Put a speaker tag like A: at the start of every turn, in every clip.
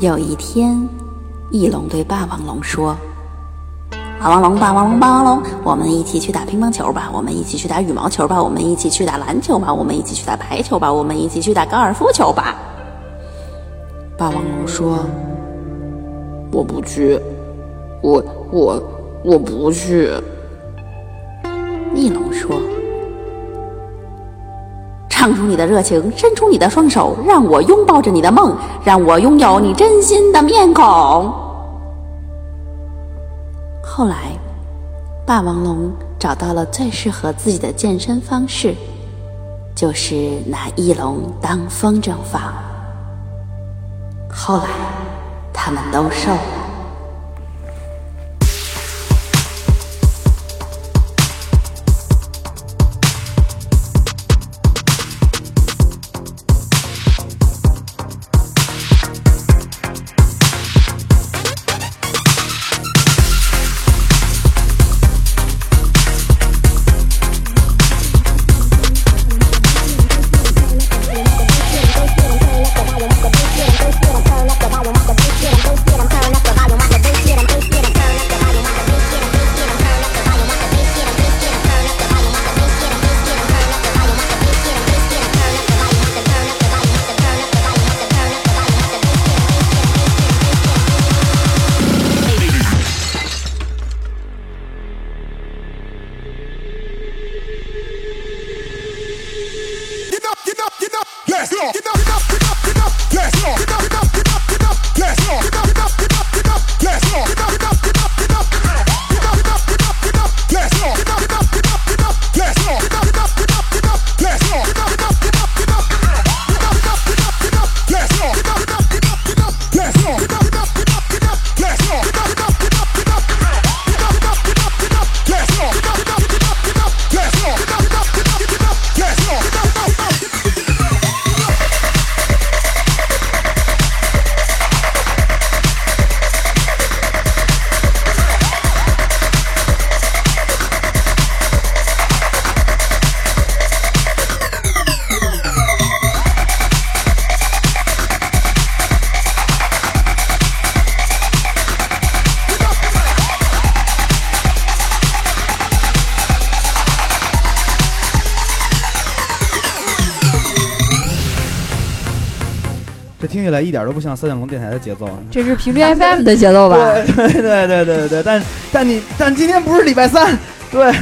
A: 有一天，翼龙对霸王龙说：“霸王龙，霸王龙，霸王龙，我们一起去打乒乓球吧，我们一起去打羽毛球吧，我们一起去打篮球吧，我们一起去打排球吧，我们一起去打高尔夫球吧。”霸王龙说
B: 我不去，我我我不去。：“
A: 翼龙说，唱出你的热情，伸出你的双手，让我拥抱着你的梦，让我拥有你真心的面孔。”后来，霸王龙找到了最适合自己的健身方式，就是拿翼龙当风筝放。后来，他们都瘦了。
C: Get up, get up, get up, let's go. Get up, get up, get up, get up, let's go. Get up, get up, get up, get up, let's go. Get up, get up, get up, get up, let's go. Get up, get up, get up, get up, get up, get up, get up, get up, let's go. Get up, get up, get up, get up, let's go. Get up, get up, get up, get up, let's go. Get up, get up, get up, get up, get up, get up, get up, get up, let's go. Get up, get up, get up, get up, let's go. Get up, get up, get up, get up, let's go. Get up, get up, get up, get up, get up, get up, get up, get up, let's go. Get up, get up, get up, get up, let's go. Get up, get up, get up, get up, let's go. Get up, get up, get up.
D: 这听起来一点都不像三角龙电台的节奏。啊
E: 这是频率 FM 的节奏吧？
D: 对对对对对对，但但你但今天不是礼拜三， 对，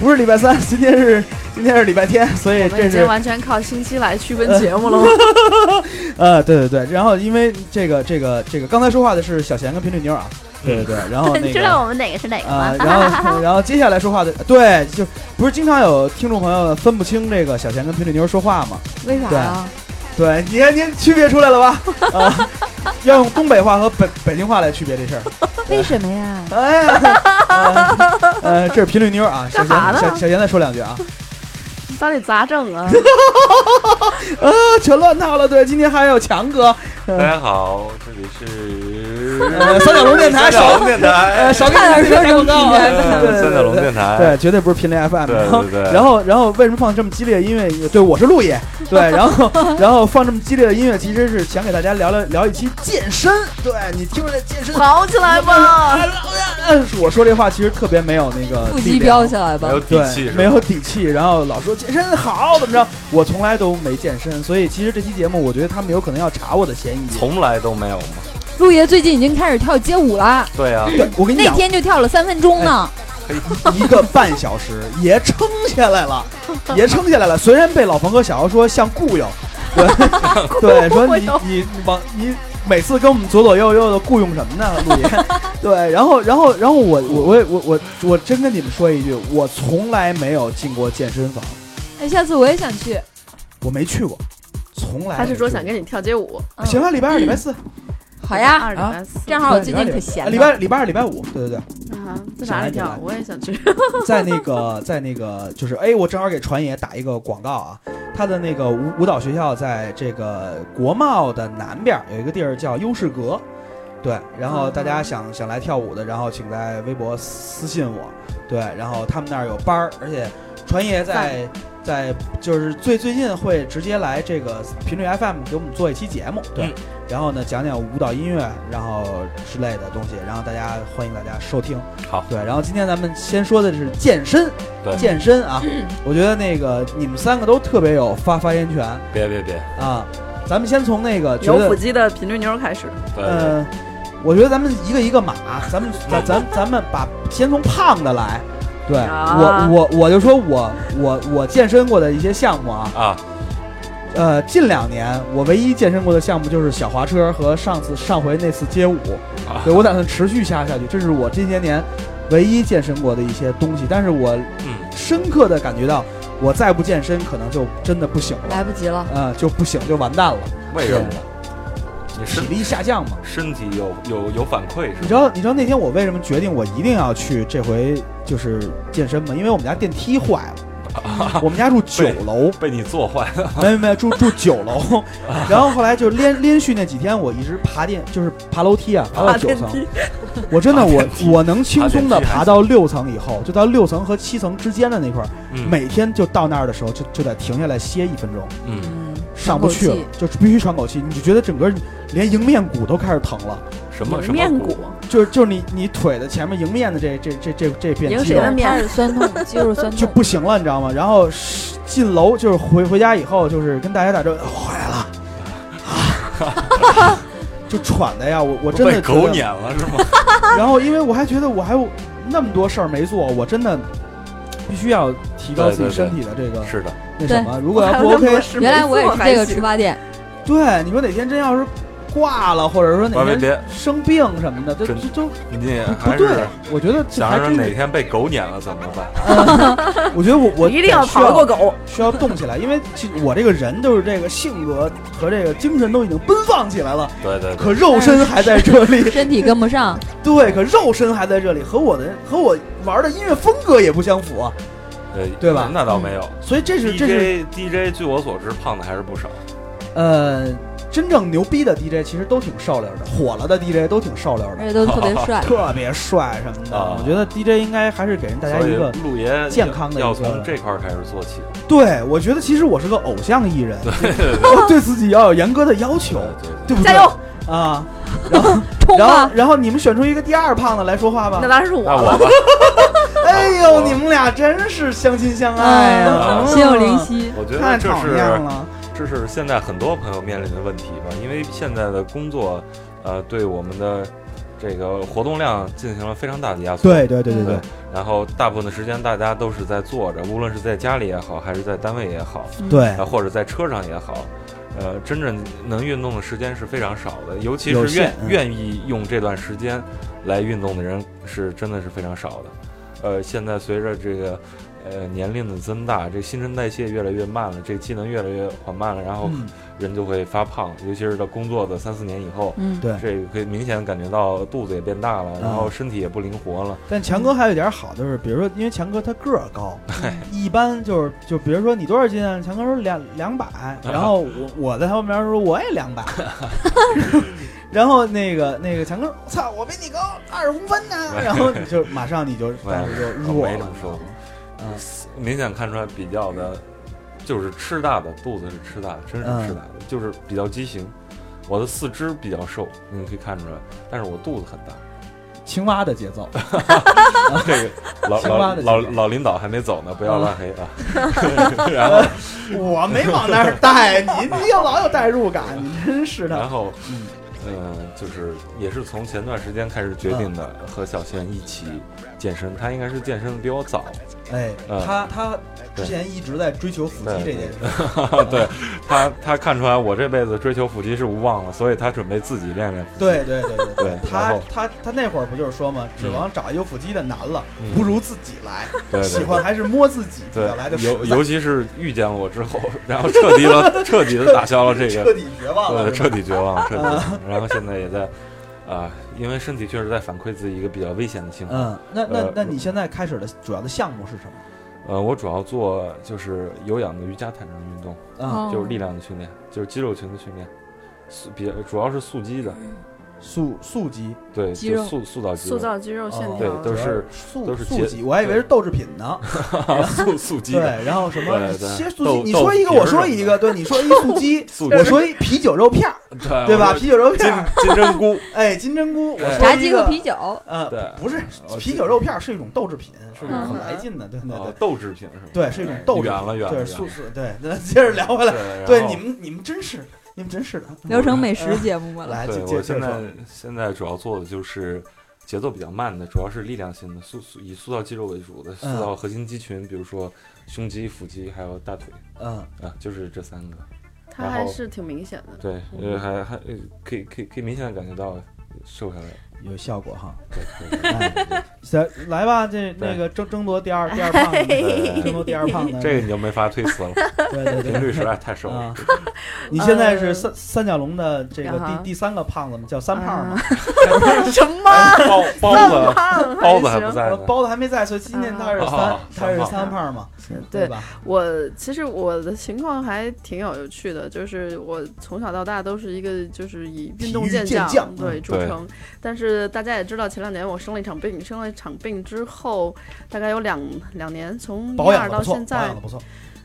D: 不是礼拜三，今天是今天是礼拜天，所以
E: 我们
D: 这
E: 已经
D: 是
E: 完全靠星期来区分节目了吗？
D: 呃对对对，然后因为这个这个这个刚才说话的是小贤跟频率妞啊，对对对，然后那
F: 知道
D: 个。
F: 我们哪个是哪个
D: 啊、
F: 吗？
D: 然后，然后接下来说话的，对，就不是经常有听众朋友分不清这个小贤跟频率妞说话吗？
E: 为啥呀？
D: 对，你看您区别出来了吧？啊， 要用东北话和北北京话来区别这事儿。
E: 为什么呀？
D: 哎，呃，呃这是频率妞啊，小
E: 干啥
D: 贤，
E: 呢
D: 小小贤再说两句啊。
E: 到底咋整啊？
D: 呃，全乱套了。对，今天还有强哥，
G: 大家好，这里是
D: 呃三 角龙电台
G: 三角龙电
D: 呃，
G: 台，
D: 少给你们打广告啊。
G: 嗯
D: 对
G: 三角龙。
D: 对对
G: 电台，
D: 对，绝对不是频率 FM。
G: 对
D: 然后
G: 对对
D: 然后，然后为什么放这么激烈的音乐？对，我是陆 野。对，然后，然后放这么激烈的音乐，其实是想给大家聊聊聊一期健身。对你听着这健身，
E: 跑起来 吧！
D: 嗯，我说这话其实特别没有那个
H: 腹
D: 力
H: 肌
D: 量啊
H: 飙起来吧
G: 没！有底气
D: 对，
G: 是吧，
D: 没有底气，然后老说健身好怎么着，我从来都没健身，所以其实这期节目我觉得他们有可能要查我的嫌疑。
G: 从来都没有嘛。
H: 陆爷最近已经开始跳街舞了，
G: 对啊，
D: 对，我跟你
H: 那
D: 讲，
H: 天就跳了三分钟呢。
D: 一个半小时也撑下来了，也撑下来了。虽然被老冯和小姚说像固友， 对对，说你你你往你每次跟我们左左右右的雇佣什么呢，陆爷？ 对，然后然后然后我我我我我我真跟你们说一句，我从来没有进过健身房，
H: 哎，下次我也想去。
D: 我没去过，从来
E: 他是说
D: 没去
E: 想
D: 过
E: 跟你跳街舞，
H: 嗯
D: 啊哎行了，礼拜二、礼拜四，
H: 好呀，
E: 二礼拜四
H: 正好我最近可闲
D: 礼
H: 了。
D: 拜礼拜二、礼拜五，对对对，
E: 啊，在哪里跳？我也想去。
D: 在那个在那个就是，哎，我正好给传爷打一个广告啊，他的那个舞舞蹈学校在这个国贸的南边儿有一个地儿叫优势阁，对，然后大家想想来跳舞的，然后请在微博私信我，对，然后他们那儿有班儿，而且传爷在在就是最最近会直接来这个频率 FM 给我们做一期节目，对，
G: 嗯
D: 然后呢讲讲舞蹈音乐，然后之类的东西，然后大家欢迎大家收听。
G: 好
D: 对，然后今天咱们先说的是健身，
G: 对
E: 嗯
D: 健身 啊，我觉得那个你们三个都特别有发发言权
G: 别别别，
D: 啊，咱们先从那个觉
E: 有
D: 得
E: 腹肌的频率妞开始，
G: 对，
D: 呃，我觉得咱们一个一个码，咱们咱咱咱们把先从胖的来。对我
E: 啊
D: 我我就说我我我健身过的一些项目啊，
G: 啊，
D: 呃，近两年我唯一健身过的项目就是小滑车和上次上回那次街舞，
G: 啊
D: 对我打算持续下下去，这是我这些年唯一健身过的一些东西。但是我
G: 嗯，
D: 深刻的感觉到，我再不健身可能就真的不行了，
H: 来不及了。
D: 呃，就不行就完蛋了，
G: 为什么呢？
D: 体
G: 你身
D: 力下降嘛。
G: 身体有有有反馈是
D: 你
G: 吧？
D: 知道你知道那天我为什么决定我一定要去这回就是健身吗？因为我们家电梯坏了， 我们家住九 楼，
G: 被你做坏了，
D: 没没没住住九 楼，然后后来就连连续那几天我一直爬电就是爬楼梯啊，爬到
E: 爬
D: 九
E: 电
D: 层，
E: 梯，
D: 我 真的
G: 爬
D: 我
G: 电梯
D: 我能轻松的
G: 爬电梯还
D: 爬到六层以后，就到六层和七层之间的那块儿，
G: 嗯
D: 每天就到那儿的时候就就得停下来歇一分钟，
G: 嗯，
H: 嗯，
D: 上不去了
H: 喘口，
D: 就是必须喘口气，你就觉得整个连迎面骨都开始疼了。
G: 什么
E: 迎
G: 什么
E: 面骨，
D: 就是就是你你腿的前面迎面的这这这这这片
E: 迎
D: 肌
E: 谁
D: 肉
E: 的面
H: 开始酸痛，肌肉酸
D: 就
H: 痛。
D: 不行了，你知道吗？然后是进楼就是回回家以后，就是跟大家打招呼回来了，啊， 就喘的呀，我我真
G: 被
D: 的
G: 狗
D: 觉得
G: 撵了 是吗？
D: 然后因为我还觉得我还有那么多事儿没做，我真的必须要提高自己
G: 对对对
D: 身体的这个
G: 是的，
D: 那什么。如果要不
E: 我还有那
D: OK，
E: 么多事没
H: 原来我也
E: 做
H: 是
E: 还
H: 这个
E: 行
H: 出发点，
D: 对你说哪天真要是挂了，或者说哪
G: 别别
D: 天
G: 别
D: 生病什么的，这这
G: 真
D: 都
G: 你
D: 不
G: 还
D: 对
G: 是。
D: 我觉得这
G: 想
D: 还
G: 着
D: 真
G: 哪
D: 得，
G: 天被狗撵了怎么办？啊
D: 我觉得我我
E: 一定要
D: 需
E: 跑得过狗。
D: 需要动起来，因为其实我这个人就是这个性格和这个精神都已经奔放起来了，
G: 对对对，
D: 可肉身还在这
E: 嗯
D: 里。
H: 身体跟不上，
D: 对，可肉身还在这里，和我的和我玩的音乐风格也不相符啊，
G: 呃
D: 对吧
G: 那倒没有。
D: 所以这是这是
G: DJ DJ，据我所知，胖的还是不少。
D: 呃，真正牛逼的 DJ 其实都挺瘦溜的，火了的 DJ 都挺瘦溜
H: 而
E: 嗯
D: 的，。
H: 且都特别帅
D: 特别帅什么的。
G: 啊
D: 我觉得 DJ 应该还是给人大家
G: 所以
D: 一个
G: 陆爷
D: 健康的一个
G: 要从这块儿开始做起。
D: 对，我觉得其实我是个偶像艺人，
G: 对 对对
D: 我对自己要有严格的要求，
G: 对
D: 对不对？
E: 加油，
D: 啊！
H: 冲
D: 然后
H: 吧！
D: 然后你们选出一个第二胖的来说话吧。
E: 那当然是我
G: 那我
E: 了。
G: 吧，
D: 哎呦，你们俩真是相亲相爱呀、
H: 嗯
D: 嗯
H: 心有灵，犀，
G: 我觉
D: 太
G: 得这
D: 讨厌
G: 是
D: 了。
G: 这是现在很多朋友面临的问题吧，因为现在的工作，呃，对我们的这个活动量进行了非常大的压缩。
D: 对对对对对，
G: 然后大部分的时间大家都是在坐着，无论是在家里也好，还是在单位也好，
D: 对
G: 啊，或者在车上也好，呃，真正能运动的时间是非常少的，尤其
D: 有
G: 是
D: 限
G: 愿
D: 嗯
G: 愿意用这段时间来运动的人是真的是非常少的。呃，现在随着这个呃年龄的增大，这新陈代谢越来越慢了，这机能越来越缓慢了，然后
D: 嗯
G: 人就会发胖，尤其是到工作的三四年以后。
H: 嗯，
D: 对。
G: 这个可以明显感觉到肚子也变大了，然后
D: 嗯
G: 身体也不灵活了。
D: 但强哥还有一点好，就是比如说，因为强哥他个儿高，一般就是就比如说你多少斤啊？强哥说两两百，
G: 啊
D: 然后我我在他旁边说我也两百， 然后那个那个强哥说，我操，我比你高二十公分 呢，然后你就马上你就当时就弱
G: 没这
D: 了
G: 么，说过，
D: 嗯
G: 明显看出来比较的，就是吃大的，肚子是吃大的，真是吃大的，
D: 嗯
G: 就是比较畸形。我的四肢比较瘦，你们可以看出来，但是我肚子很 大。
D: 青蛙的节奏。
G: 这个老
D: 青蛙
G: 老
D: 的嗯
G: 老
D: 节奏
G: 老领导还没走呢，不要拉 黑啊。然后
D: 我没往那儿带，你你也老有代入感，你真是
G: 然
D: 的。
G: 后
D: 嗯，
G: 呃，就是也是从前段时间开始决定的，和小贤一起健身。他应该是健身的比我早，
D: 哎，
G: 嗯
D: 他他之前一直在追求腹肌这件事，
G: 对他他看出来我这辈子追求腹肌是无望了，所以他准备自己练练腹肌。
D: 对对对对
G: 对然
D: 他
G: 后
D: 他他那会儿不就是说嘛，指望找有腹肌的难了，
G: 嗯
D: 不如自己来，
G: 对对
D: 喜欢还是摸自己比
G: 对
D: 较来的，
G: 尤
D: 实在
G: 尤其是遇见了我之后， 然后彻 底了，彻底的打消了这
D: 彻
G: 个，
D: 底绝望
G: 呃，
D: 了，嗯
G: 彻底绝望了，彻底绝望。然后现在也在，啊，因为身体确实在反馈自己一个比较危险的情况。
D: 嗯，那那
G: 呃
D: 那你现在开始的主要的项目是什么？
G: 呃，我主要做就是有氧的瑜伽坦诚运动，
D: 啊，
H: 哦
G: 就是力量的训练，就是肌肉群的训练，塑比较主要是塑肌的，
D: 素素鸡，
G: 对，
H: 嗯肌
G: 就
H: 肉
G: 塑塑造肌
E: 塑
G: 肉，
E: 造肌肉线
D: 哦
E: 条
G: 对，都是
D: 素
G: 都是
D: 素
G: 结
D: 鸡，我还以为是豆制品呢。
G: 塑塑肌
D: 对
G: 的，，
D: 然后什么
G: 对对
D: 切素
G: 豆
D: 鸡，你说一个
G: 豆皮儿
D: 我说一个，对，你说一素鸡
G: ，素鸡
D: 我说一啤酒肉片儿，
G: 对
D: 对吧？
G: 我说
D: 啤酒肉
G: 金
D: 片儿，
G: 金针菇，
D: 哎，金针菇，我
G: 哎
D: 说
H: 炸
D: 一
H: 鸡
D: 个
H: 和啤酒，
D: 呃，
G: 对
D: 不是
G: 哦
D: 啤酒肉片儿是一种豆制品，是一种很
E: 嗯
D: 来劲的，对对
G: 哦
D: 对，
G: 豆制品是吗？
D: 啊对，是一种豆制品，
G: 远了远了
D: 对
G: 远
D: 素
G: 了
D: 食，对，那接着聊回来，
G: 对
D: 对
G: 然后
D: 你们你们真是你们真是的，
H: 聊成美食节目了。
D: 来，
G: 对
D: 接
G: 我
D: 接接
G: 现
D: 着说，
G: 在现在主要做的就是节奏比较慢的，主要是力量型的，塑塑以塑造肌肉为主的，塑
D: 嗯
G: 造核心肌群，比如说胸肌、腹肌还有大腿
D: 嗯
G: 啊，就是这三个。
E: 它
G: 然
E: 还
G: 后
E: 是挺明显的。
G: 对，
D: 嗯
G: 呃，还还呃可以可以可以明显的感觉到瘦下来了。
D: 有效果哈，
G: 对对
D: 哎行，来吧，这那个争争夺第二第二胖的，
G: 对
D: 争夺第二胖的，
G: 这个你就没法推辞了，
D: 对对对
G: 频。率实在太瘦了
D: 啊。 你现在是
E: 呃
D: 三三角龙的这个
E: 两
D: 第
E: 行
D: 第三个胖子吗？叫三胖吗？
G: 嗯
E: 什么？
G: 包包
E: 胖
G: 子啊包子还不在
D: 我呃
G: 呢，
D: 包子还没在，所以今年他是
G: 啊
D: 三
G: 啊，
D: 他是
G: 三胖
D: 三胖嘛，
E: 对
D: 吧？
E: 我其实我的情况还挺有趣的，就是我从小到大都是一个就是以运动
D: 体育
E: 健
D: 健将嗯
E: 对著
G: 对
E: 称。但是大家也知道，前两年我生了一场病，生了一场病之后，大概有两两年，从一
D: 保养
E: 二
D: 的
E: 到
D: 不错，
E: 现
D: 保
E: 在
D: 养的，不错。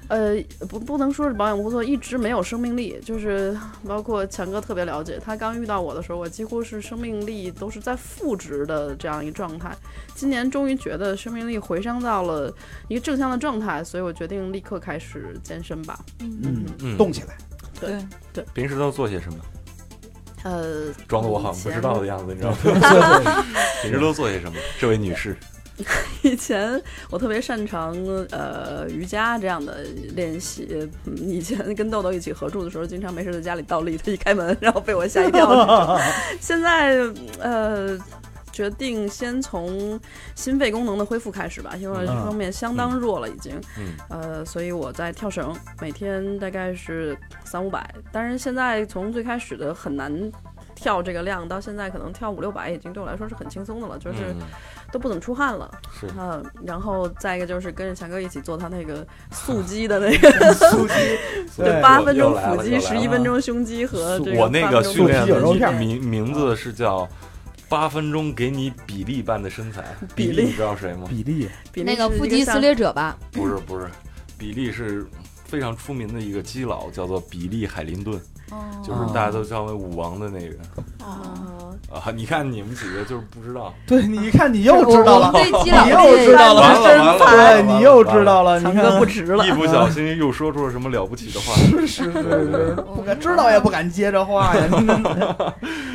E: 呃，不不能说是保养不错，一直没有生命力。就是包括强哥特别了解，他刚遇到我的时候，我几乎是生命力都是在负值的这样一状态。今年终于觉得生命力回升到了一个正向的状态，所以我决定立刻开始健身吧。
H: 嗯，
D: 嗯，
G: 嗯，
D: 动起来。
H: 对，
G: 平时都做些什么？
E: 呃，
G: 装的我好像不知道的样子，你知道吗？ 平时都做些什么？这位女士，
E: 以前我特别擅长呃瑜伽这样的练习。嗯以前跟豆豆一起合住的时候，经常没事在家里倒立，他一开门， 然后被我吓一跳。现在呃，决定先从心肺功能的恢复开始吧，因为这方面相当弱了已经。
G: 嗯
E: 呃，所以我在跳绳，每天大概是三五百，但是现在从最开始的很难。跳这个量到现在可能跳五六百已经对我来说是很轻松的了，就是
G: 嗯，
E: 都不怎么出汗了。
G: 是
E: 嗯，然后再一个就是跟着强哥一起做他那个 素鸡的那个
D: 腹肌， 对
E: 八分钟
G: 又来了
E: 腹
G: 又
E: 肌、
G: 来
E: 十
G: 了啊
E: 一分钟胸肌和这
G: 我那
E: 八
G: 个
E: 分钟
G: 训练
D: 有肉片
G: 的
D: 儿
G: 名名字是叫“八分钟给你比例般的身材”。比
E: 比
G: 利
E: 利
G: 你知道谁吗？
D: 比例
E: 比
H: 那
E: 个
H: 个腹肌撕裂者吧，
G: 不是不是，比利是非常出名的一个基佬，叫做比利海林顿，就是大家都
E: 哦
G: 称为舞王的那个
E: 啊，
G: 啊。你看你们几个就是不知道，
D: 对，你看你又知道
H: 我
D: 了
H: 们，对基佬
D: 你 又知道
G: 完了
D: 了，
G: 完了完了，
D: 对你又知道了，你
E: 强
D: 看
E: 哥不 值了。
G: 一不小心又说出了什么了不起的 话。
D: 是是是 是，不敢知道也不敢接这话呀，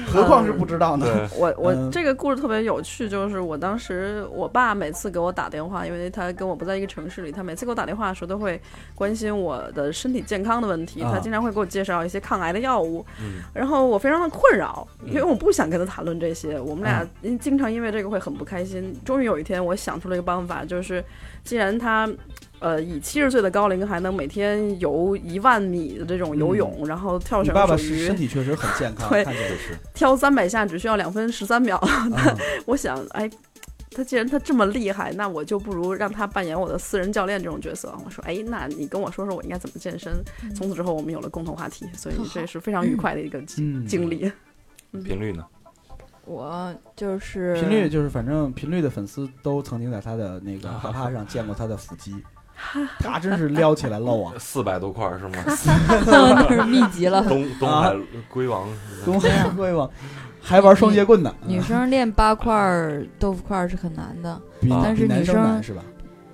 D: 何况是不知道呢？
G: 对，
E: 我我
D: 嗯
E: 这个故事特别有趣，就是我当时我爸每次给我打电话，因为他跟我不在一个城市里，他每次给我打电话的时候都会关心我的身体健康的问题，
D: 啊
E: 他经常会给我介绍一些抗癌的药物，
G: 嗯
E: 然后我非常的困扰，因为
G: 嗯
E: 我不想跟他谈论这些，我们
D: 啊
E: 俩因经常因为这个会很不开心。终于有一天，我想出了一个办法，就是既然他。呃，以七十岁的高龄还能每天游一万米的这种游泳，然后
D: 嗯
E: 跳
D: 你
E: 绳，
D: 爸爸
E: 属
D: 是
E: 于
D: 身体确实很健康，
E: 对
D: 看这个
G: 是
E: 挑三百下只需要两分十三秒，
D: 啊
E: 我想，哎，他既然他这么厉害，那我就不如让他扮演我的私人教练这种角色。我说，哎，那你跟我说说我应该怎么健身。从此之后，我们有了共同话题，所以
H: 特好
E: 这是非常愉快的一个经
D: 嗯，
E: 经历。
G: 频率呢？！
H: 我就是
D: 频 率就是，反正频率的粉丝都曾经在他的那个哈哈上见过他的腹肌，他真是撩起来露啊
G: 四百多块儿是吗？
H: 那是密集 了。
G: 东东
D: 啊
G: 海龟王，
D: 东海贵吗？还玩双截棍呢，
H: 女生练八块儿豆腐块儿是很难的，
D: 比
G: 啊
H: 但是
D: 比男
H: 女
D: 生
H: 生
D: 难是吧？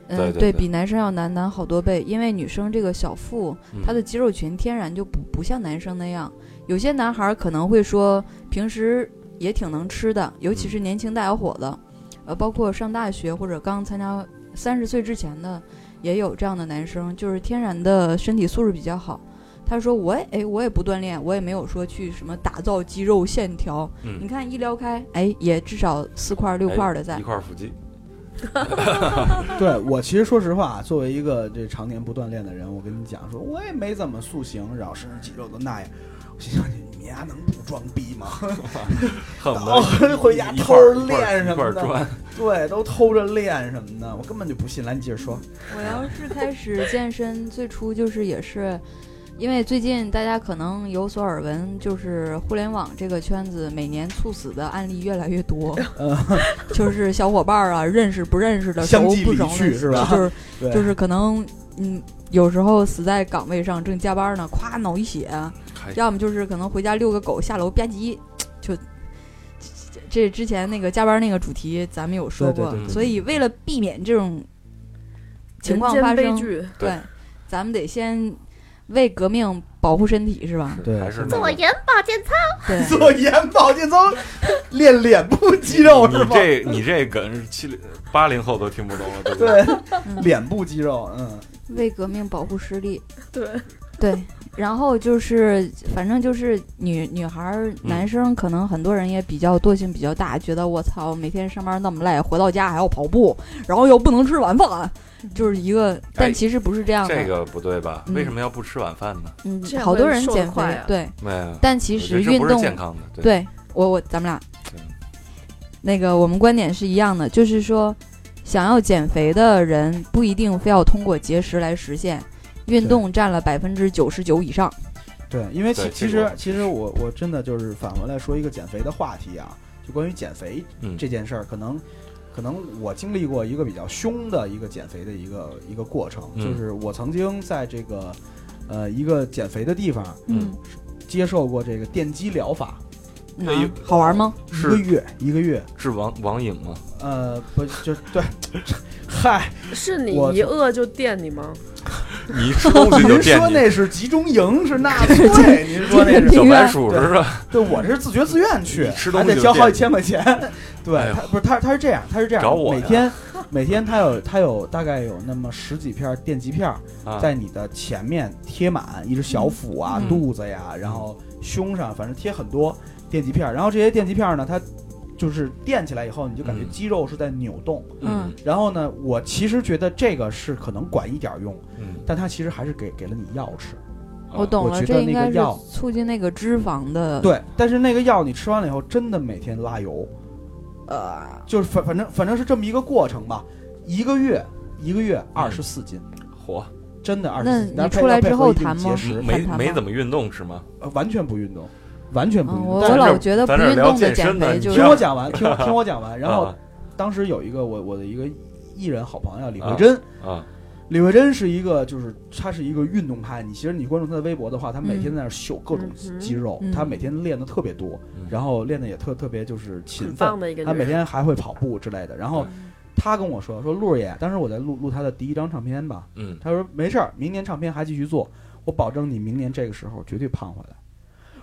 H: 嗯，
G: 对对对
H: 比男生要难难好多倍，因为女生这个小腹，
G: 嗯
H: 她的肌肉群天然就不不像男生那样。有些男孩儿可能会说，平时也挺能吃的，尤其
G: 嗯
H: 是年轻大小伙子，呃，包括上大学或者刚参加三十岁之前的，也有这样的男生，就是天然的身体素质比较好。他说：“我也哎，我也不锻炼，我也没有说去什么打造肌肉线条。
G: 嗯
H: 你看一撩开，哎，也至少四块儿六块儿的在
G: 一。块儿 腹肌，
D: 对我其实说实话，啊作为一个这常年不锻炼的人，我跟你讲说，我也没怎么塑形，然后身上肌肉都那样。我心想你丫能不装逼吗？
G: 恨不
D: 哦
G: 得
D: 回家
G: 一块儿
D: 偷着
G: 一块儿
D: 练什么
G: 一块儿
D: 的
G: 砖，
D: 对，都偷着练什么的，我根本就不信。来，你接着说。
H: 我要是开始健身，最初就是也是因为最近大家可能有所耳闻，就是互联网这个圈子每年猝死的案例越来越 多，
D: 嗯
H: 就是小伙伴儿啊，认识不认识的，
D: 相
H: 熟
D: 继
H: 不
D: 离
H: 熟
D: 去
H: 的，
D: 是吧
H: 就是
D: 对
H: 就是可能嗯，有时候死在岗位上正加班呢，咵脑溢血，要么就是可能回家遛个狗，下楼吧唧就。这这之前那个加班那个主题咱们有说
D: 对对
H: 过，
G: 对对
H: 所以为了避免这种情况
E: 人
H: 发
E: 间
H: 生
E: 悲，剧，
G: 对
H: 对，咱们得先为革命保护身体，是吧？
D: 对
G: 还是那
F: 做
G: 个
F: 眼保健操，
H: 对，
D: 做眼保健操练脸部肌肉是
G: 你
D: 吧？
G: 这你这梗是七零八零后都听不懂了，对 不对？
D: 对
H: 嗯
D: 脸部肌肉，嗯，
H: 为革命保护视力。
E: 对，
H: 对，然后就是，反正就是女女孩儿、
G: 嗯
H: 男生，可能很多人也比较惰性比较大，觉得我操，每天上班那么累，回到家还要跑步，然后又不能吃晚饭，就是一个，但其实不是这样的。
G: 哎这个不对吧？
H: 嗯
G: 为什么要不吃晚饭呢？
H: 嗯
E: 这，样
H: 好多人
E: 会瘦得
H: 减肥，
E: 快啊
H: 对，
G: 没有，
H: 但其
G: 我觉得
H: 实
G: 这
H: 运
G: 不是
H: 动
G: 健康的，对，
H: 对我我咱们俩
G: 对，
H: 那个我们观点是一样的，就是说，想要减肥的人不一定非要通过节食来实现，运
D: 对
H: 动占了百分之九十九以上。
D: 对，因为其
G: 对
D: 其
G: 这
D: 实
G: 个
D: 其实我我真的就是返回来说一个减肥的话题啊，就关于减肥
G: 嗯，
D: 这件事儿，可能可能我经历过一个比较凶的一个减肥的一个一个过程，
G: 嗯
D: 就是我曾经在这个呃一个减肥的地方
G: 嗯
D: 接受过这个电击疗法，
H: 嗯
G: 那有
H: 啊，好玩吗？
D: 一个
G: 是
D: 月一个月，
G: 是网网瘾 吗？
D: 呃，不就对， 嗨，
E: 是你
D: 我
E: 一饿就电你吗？
G: 你一吃东西 就
D: 您
G: 惦
D: 说
G: 记，
D: 那是集中营是 那对，您说那是
G: 小白鼠似的，
D: 对，我这是自觉自愿去，
G: 你吃东
D: 还
G: 西
D: 得
G: 就
D: 交好
G: 见
D: 几千块钱。 对，
G: 哎呦
D: 他不是他，他是这样，他是这样，
G: 找我
D: 每
G: 呀
D: 天每天他有他有大概有那么十几片电极片儿
G: 啊
D: 在你的前面贴满，一只小腹啊、
H: 嗯
D: 肚子呀，然后胸上，反正贴很多电极片儿。然后这些电极片儿呢，它就是垫起来以后，你就感觉
G: 嗯
D: 肌肉是在扭动。
G: 嗯
D: 然后呢，我其实觉得这个是可能管一点儿用，
G: 嗯，
D: 但它其实还是给给了你药吃。
G: 啊
H: 我懂
D: 我
H: 了，
D: 觉
H: 这
D: 得
H: 应
D: 那
H: 该
D: 个
H: 是
D: 药
H: 促进那个脂肪的。
D: 对，但是那个药你吃完了以后，真的每天拉油，呃，就是反反正反正是这么一个过程吧，一个月一个月二十四斤，
G: 嗯火，
D: 真的二十
H: 那
D: 四斤。
H: 你
D: 但是配
H: 出来
D: 要配
H: 之
D: 合
H: 后
D: 一定
H: 谈吗
D: 节食
G: 嗯没
H: 看他
G: 没
H: 吧
G: 怎么运动是吗？
D: 呃完全不运动，完全不
H: 嗯，
D: 运
H: 我
D: 动。
G: 但
H: 我
G: 是
H: 老觉得不
G: 咱这
H: 运
G: 聊
H: 动的
G: 健
H: 减
G: 身呢
H: 肥
G: 你
H: 就
G: 知
H: 是
D: 听
G: 道
D: 我讲完， 听我听我讲完。然后
G: 啊
D: 当时有一个我我的一个艺人好朋友李慧珍，
G: 啊，
D: 李慧珍是一个就是她是一个运动派，你其实你关注她的微博的话，她每天在那儿秀各种
E: 嗯哼
D: 肌肉，
H: 嗯
D: 她每天练的特别多，
G: 嗯
D: 然后练的也特特别就是勤
E: 很
D: 奋
E: 棒，的一个
D: 他
E: 女
D: 每
E: 人，
D: 天还会跑步之类的。然后他跟我说说陆儿爷，当时我在录录他的第一张唱片吧，
G: 嗯，
D: 他说没事儿，明年唱片还继续做，我保证你明年这个时候绝对胖回来。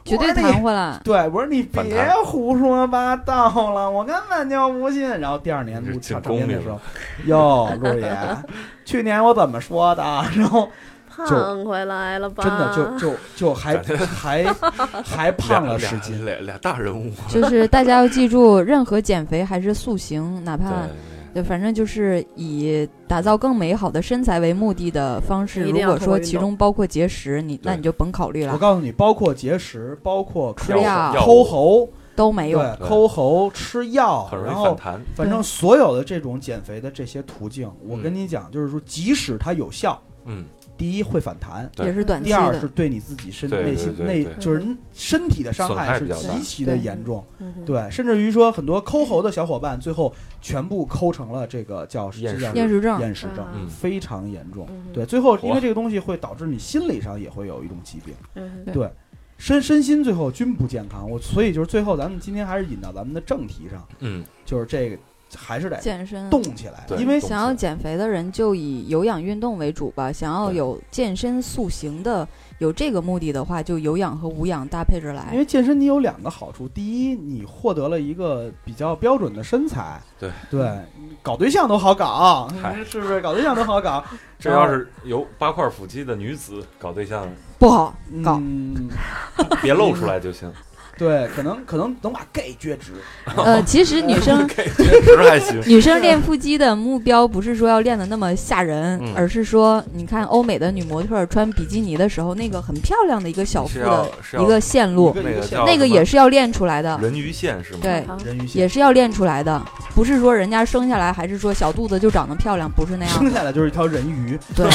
H: 绝对
D: 我说你
H: 弹回来。
D: 对，我说你
G: 反
D: 别
G: 弹
D: 胡说八道了，我根本就不信。然后第二年录
G: 你这
D: 唱唱
G: 进宫
D: 片
G: 里
D: 的时候，哟，陆儿爷， 去年我怎么说的？然后
E: 胖回来了吧？
D: 真的就就就还
G: 感
D: 还还胖了十斤。
G: 俩俩俩大人物，
H: 就是大家要记住，任何减肥还是塑形，哪
G: 对
H: 怕就反正就是以打造更美好的身材为目的的方式。
E: 一
H: 如
E: 定要
H: 果
E: 通
H: 说
E: 过运
H: 其
E: 动
H: 中包括节食，你那
G: 对
H: 你就甭考虑
D: 我
H: 了，
D: 告诉你，包括节食，包括
H: 吃药
G: 药
D: 抠喉，
H: 都没用。
D: 对，抠喉、吃药，
G: 很容
D: 然
G: 易反
D: 后
G: 弹，
D: 反正所有的这种减肥的这些途径，我跟你讲，就是说，即使它有效，
G: 嗯，
D: 第一会反弹，
G: 对
H: 也是短期
D: 第二是
H: 的，
D: 对你自己身
G: 对对
D: 内心
G: 对
D: 内
G: 对
D: 就是嗯身体的伤害是
G: 损害比较大
D: 极其的严重，
E: 嗯哼
D: 对，甚至于说很多抠喉的小伙伴最后全部抠成了这个叫
G: 厌
D: 这叫
G: 食
H: 厌食症。
D: 厌食症
E: 啊，
G: 嗯
D: 非常严重。
E: 嗯哼
D: 对，最后因为
G: 哇
D: 这个东西会导致你心理上也会有一种疾病。
E: 嗯哼
H: 对
D: 对，身身心最后均不健康。我所以就是最后咱们今天还是引到咱们的正题上，
G: 嗯，
D: 就是这个还是得
H: 健身
D: 动起来，
G: 对
D: 因为
G: 动
H: 想
G: 起
H: 要
G: 来
H: 减肥的人就以有氧运动为主吧，想要
G: 对
H: 有健身塑形的有这个目的的话，就有氧和无氧搭配着
D: 因
H: 来。
D: 为健身你有两个好处，第一，你获得了一个比较标准的身材，
G: 对
D: 对，搞对象都好搞
G: 嗨，
D: 是不是？搞对象都好搞，
G: 这要是有八块
H: 嗯
G: 腹肌的女子搞对象，
H: 不好搞，
D: 嗯，
G: 别露出来就行，
D: 对，可能可能能把 gay 撅直，
H: 呃，其实 女生。
G: 确实还行
H: 女生练腹肌的目标不是说要练得那么吓人，
G: 嗯
H: 而是说，你看欧美的女模特儿穿比基尼的时候，那个很漂亮的一个 小腹
G: 是
H: 的
G: 要是要
H: 一个线路，
G: 那个叫
H: 那个
G: 什么
H: 也是要练出来的，
G: 人鱼线是吗？
H: 对，
D: 人鱼线
H: 也是要练出来的，不是说人家生下来还是说小肚子就长得漂亮，不是那样
D: 生
H: 的，
D: 下来就是一条人鱼，
H: 对，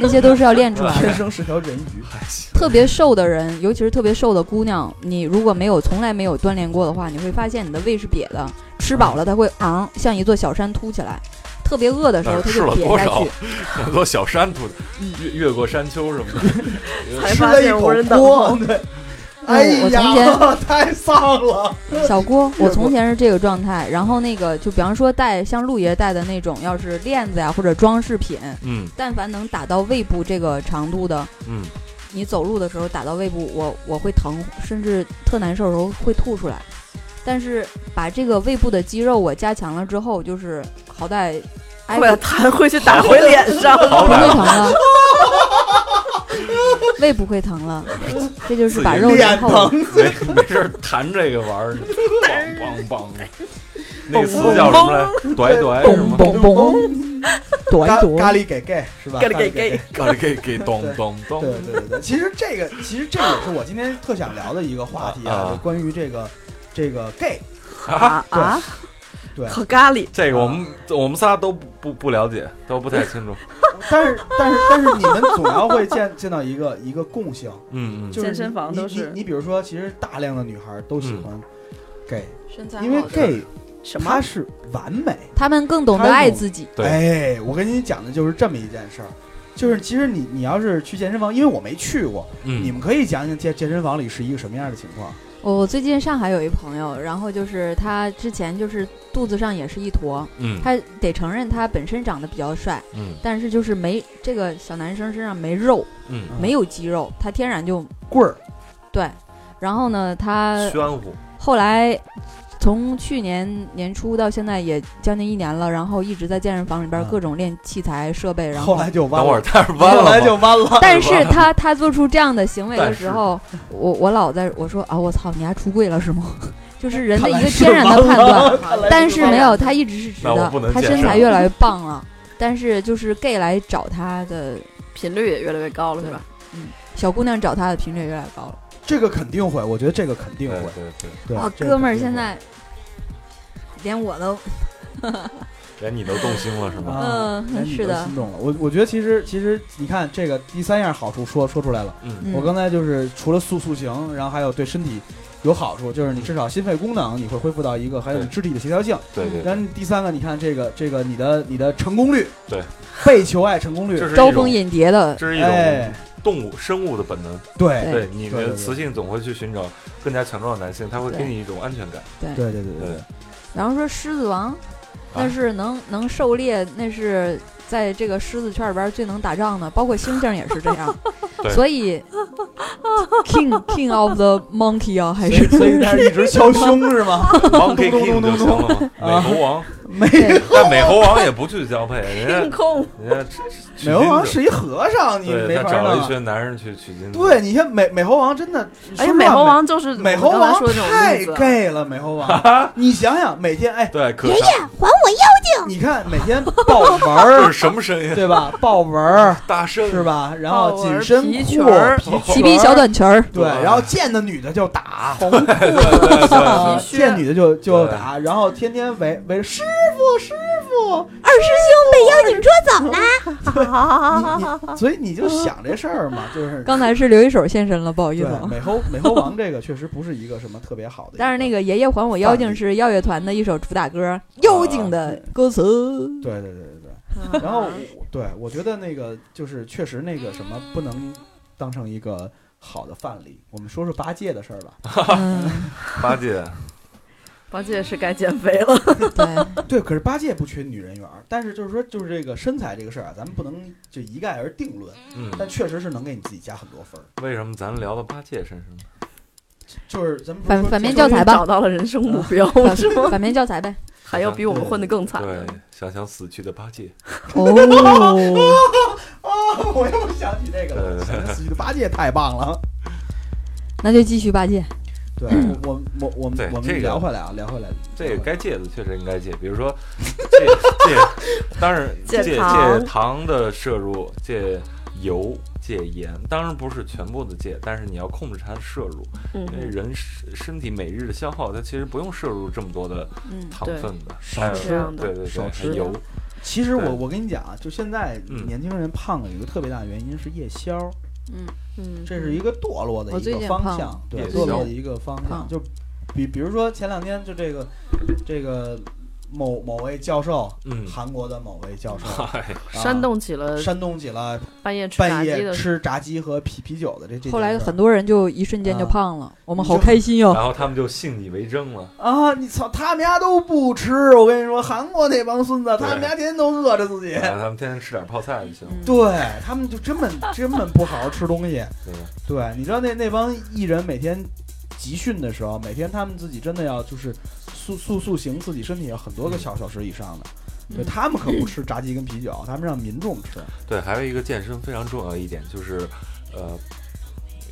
H: 那些都是要练出来的。
D: 天生是条人鱼。
G: 还行。
H: 特别瘦的人，尤其是特别瘦的姑娘，你如果没有从来没有锻炼过的话，你会发现你的胃是瘪的，吃饱了它会昂，像一座小山凸起来。特别饿的时候，
G: 那
H: 它
G: 吃
H: 就
G: 了
H: 瘪
G: 多
H: 下
G: 少
H: 去。？ 嗯
G: 很多小山土，越越过山丘什么的。
E: 才
D: 吃
E: 发
D: 了一
E: 现无人
D: 口
E: 等
D: 锅
E: 候，，
D: 对，
H: 我
D: 哎
H: 我从
D: 呀，太丧了。
H: 小郭，
D: 过
H: 我从前是这个状态，然后那个就比方说戴像陆爷戴的那种，要是链子呀、或者装饰品，
G: 嗯
H: 但凡能打到胃部这个长度的，
G: 嗯，
H: 你走路的时候打到胃部，我我会疼，甚至特难受的时候会吐出来。但是把这个胃部的肌肉我加强了之后，就是好歹挨
E: 会
H: 个
E: 弹回去打回脸 上。
G: 好
H: 不会
G: 歹
H: 疼了， 胃不会疼了，这就是把肉
D: 脸
H: 练厚。
D: 疼，
G: 没没事儿弹这个玩意儿，梆梆梆。那个词叫什么来？怼怼是吗？
H: 嘣嘣，躲一
D: 咖
H: 躲。
D: 咖喱给 gay 是吧？
E: 给
D: 喱给
E: 给给
D: gay。
G: 啊，给给咚咚
D: 对
G: 咚。
D: 对对对，其实这个其实这个也是我今天特想聊的一个话题
G: 啊
D: 啊，就关于这个这个 gay
E: 啊啊！
D: 对
E: 和咖喱，
G: 这个我们
H: 啊
G: 我们仨都不不不了解，都不太清楚。
D: 但是但是但是你们总要会见见到一个一个共性，
G: 嗯嗯
D: 就是
E: 健身房
D: 你
E: 都
D: 你
E: 是嗯
D: 你比如说，其实大量的女孩都喜欢 gay，
H: 身材
D: 因为
H: 好的
D: gay
E: 什
D: 她
E: 么？
D: 是完美。
H: 他们更懂得爱自己。
G: 对
D: 哎，我跟你讲的就是这么一件事儿，就是其实你你要是去健身房，因为我没去过，
G: 嗯，
D: 你们可以讲讲健健身房里是一个什么样的情况。
H: 我我最近上海有一朋友，然后就是他之前就是肚子上也是一坨，
G: 嗯
H: 他得承认他本身长得比较帅，
G: 嗯
H: 但是就是没这个小男生身上没肉，
G: 嗯，
D: 嗯
H: 没有肌肉，他天然就
D: 棍儿，
H: 对。然后呢，他
G: 宣乎。
H: 后来从去年年初到现在也将近一年了，然后一直在健身房里边
D: 嗯
H: 各种练器材设备，然
D: 后来就弯
G: 等会儿，
D: 了，
G: 但是弯
D: 后
G: 了
D: 来
G: 吗
D: 就弯了。
H: 但是他他做出这样的行为
G: 但
H: 的
G: 是
H: 时候，我我老在我说啊，我操，你还出柜了是吗？ 就是人的一
D: 看
H: 个
D: 来是哎
H: 天然的
D: 弯
H: 判断
D: 了，看来
H: 但是
D: 弯
H: 没
D: 了
H: 有，他一直是直
G: 那我
H: 的
G: 不能，
H: 他
G: 接
H: 身材
G: 受
H: 越来越棒了。但是就是 gay 来找他的
E: 频率也越来越高了，是吧？
H: 小姑娘找他的频率也越来越高了。
D: 这个肯定会，我觉得这个肯定
G: 对
D: 会。
G: 对对，
D: 对，
H: 哦，
D: 这个
H: 哥们儿，
D: 肯定
H: 现
D: 会
H: 在连我都
G: 连你都动心了是吗？
D: 啊
H: 嗯
D: 哎你
H: 是
D: 都
H: 的
D: 心动了。我我觉得其实其实你看这个第三样好处说说出来了。
G: 嗯
H: 嗯
D: 我刚才就是除了塑塑形，然后还有对身体有好处，就是你至少心肺功能你会恢复到一个，还有你
G: 对
D: 肢体的协调性。
G: 对对
D: 然
G: 对，
D: 后第三个，你看这个这个你的你的成功率，
G: 对，
D: 被求爱成功率
G: 这，是一
H: 招
G: 种
H: 蜂引蝶的，
G: 这是一
D: 哎
G: 种，动物生物的本能。
D: 对
G: 对你
D: 对对
G: 的
D: 对
G: 雌性总会去寻找更加强壮的男性，他会给你一种安全感。
D: 对对对
G: 对
D: 对，
H: 然后说狮子王，
G: 啊
H: 那是能能狩猎，那是在这个狮子圈里边最能打仗的，包括猩猩也是这样
G: 对。
H: 所以 King King of the Monkey 啊，还
D: 所以
H: 是
D: 所以 他是一直敲胸是吗？
G: Monkey
D: 咚
G: King
D: 咚
G: 就
D: 咚
G: 行
D: 咚
G: 了嘛，美
D: 啊
G: 猴王，
D: 没，
H: 对
G: 但美猴王也不去交配，人
E: 硬
D: 嗯
G: 家
E: 控，
G: 人家取
D: 美猴王啊
G: 取经
D: 是一和尚，你
G: 者对
D: 没
G: 他
D: 法
G: 找了一
D: 弄。啊
G: 群男人去取经者，
D: 对，你看美美猴王真的，说
E: 哎，
D: 实
E: 美
D: 话
E: 猴王就是
D: 美
E: 我
D: 猴
E: 们刚才
D: 王
E: 说的
D: 太
E: 这种例子，啊
D: gay 了，美猴王， 你想想每天 哎，
G: 对，可他
D: 你看每天豹纹儿
G: 这是什么声音？
D: 对吧？豹纹儿
G: 大声
D: 是吧？然
E: 豹
D: 后
E: 纹
D: 紧
E: 儿
D: 身
E: 皮
D: 裤
E: 裙儿、
D: 皮
H: 齐
D: 裙
H: 臂
D: 儿
H: 小短裙儿，
D: 对，然后见的女的就打， 红裤
E: 对
D: 子
E: 对
D: 见女的就就
G: 对
D: 打，然后天天围围着师傅师傅，
H: 二师兄被妖精捉走了。
D: 你你所以你就想这事儿嘛，就是
H: 刚才是刘一手现身了，不好意
D: 对
H: 思啊。
D: 美猴美猴王这个确实不是一个什么特别 好的一个，
H: 但是那个《爷爷还我妖精》是耀乐团的一首主打歌，妖精的歌词。
D: 对对对对
E: 嗯
D: 对，然后我对我觉得那个就是确实那个什么不能当成一个好的范例，我们说说八戒的事儿吧。
H: 嗯，
G: 八戒，
E: 八戒是该减肥了，
H: 对，
D: 对，可是八戒不缺女人缘儿，但是就是说就是这个身材这个事儿啊，咱们不能就一概而定论，
G: 嗯，
D: 但确实是能给你自己加很多分儿。
G: 为什么咱聊到八戒身上呢？
D: 就是咱们不是
H: 反
D: 说
H: 反面
D: 这
H: 教 材吧
E: 找到了人生目标，哦
D: 嗯
E: 是吗？
H: 反面教材呗。
E: 还有比我们混得更惨
G: 对
E: 的，，
G: 想想死去的八戒，
D: 哦，
H: 哦，
D: 我 又想起这个了，
G: 对对对
D: 想起死去的八戒太棒了。
H: 那就继续八戒。
D: 对，我我我们
G: 嗯对
D: 我
G: 这
D: 们
G: 个
D: 聊回来啊，聊回来，
G: 这个
D: 聊回来
G: 该戒的确实应该戒，比如说戒 戒，当然
E: 戒
G: 戒戒
E: 糖
G: 糖的摄入，戒油、戒盐，当然不是全部的戒，但是你要控制它的摄入，
E: 嗯
G: 因为人身身体每日的消耗，它其实不用摄入这么多的
H: 嗯，
G: 糖
E: 对
G: 分的，
D: 少
G: 还有
E: 吃这样的
G: 对对
D: 少
G: 对，
D: 吃
G: 还油，
D: 其实我
G: 对
D: 我跟你讲啊，就现在
G: 嗯
D: 年轻人胖了有一个特别大的原因是夜宵，
E: 嗯，
D: 这是一个堕落的
H: 我
D: 一
H: 最
D: 个
H: 近
D: 方
H: 胖
D: 向，对，
G: 夜
D: 堕落
G: 宵
D: 的一个方向。
H: 胖
D: 就比比如说前两天就这个这个某某位教授，
G: 嗯，
D: 韩国的某位教授，啊
G: 嗨，
E: 煽动起了
D: 煽动起了
E: 半夜吃炸
D: 半
E: 鸡
D: 夜
E: 的，
D: 吃炸鸡和啤啤酒的这这件事儿。
H: 后来很多人就一瞬间就
D: 啊
H: 胖了，我们
D: 你
H: 好
D: 就
H: 开心 哟、
G: 然后他们就信以为 真了，
D: 啊！你操，他们家都不吃，我跟你说，韩国那帮孙子，他
G: 对
D: 们家天天都饿着自己。
G: 然后他们天天吃点泡菜就行了，
H: 嗯
D: 对他们就根本根本不好好吃东西。
G: 对吧？
D: 对，你知道那那帮艺人每天集训的时候，每天他们自己真的要就是塑塑塑形自己身体，要很多个小小时以上的。对他们可不吃炸鸡跟啤酒，他们让民众 吃。
G: 对，还有一个健身非常重要的一点就是，呃，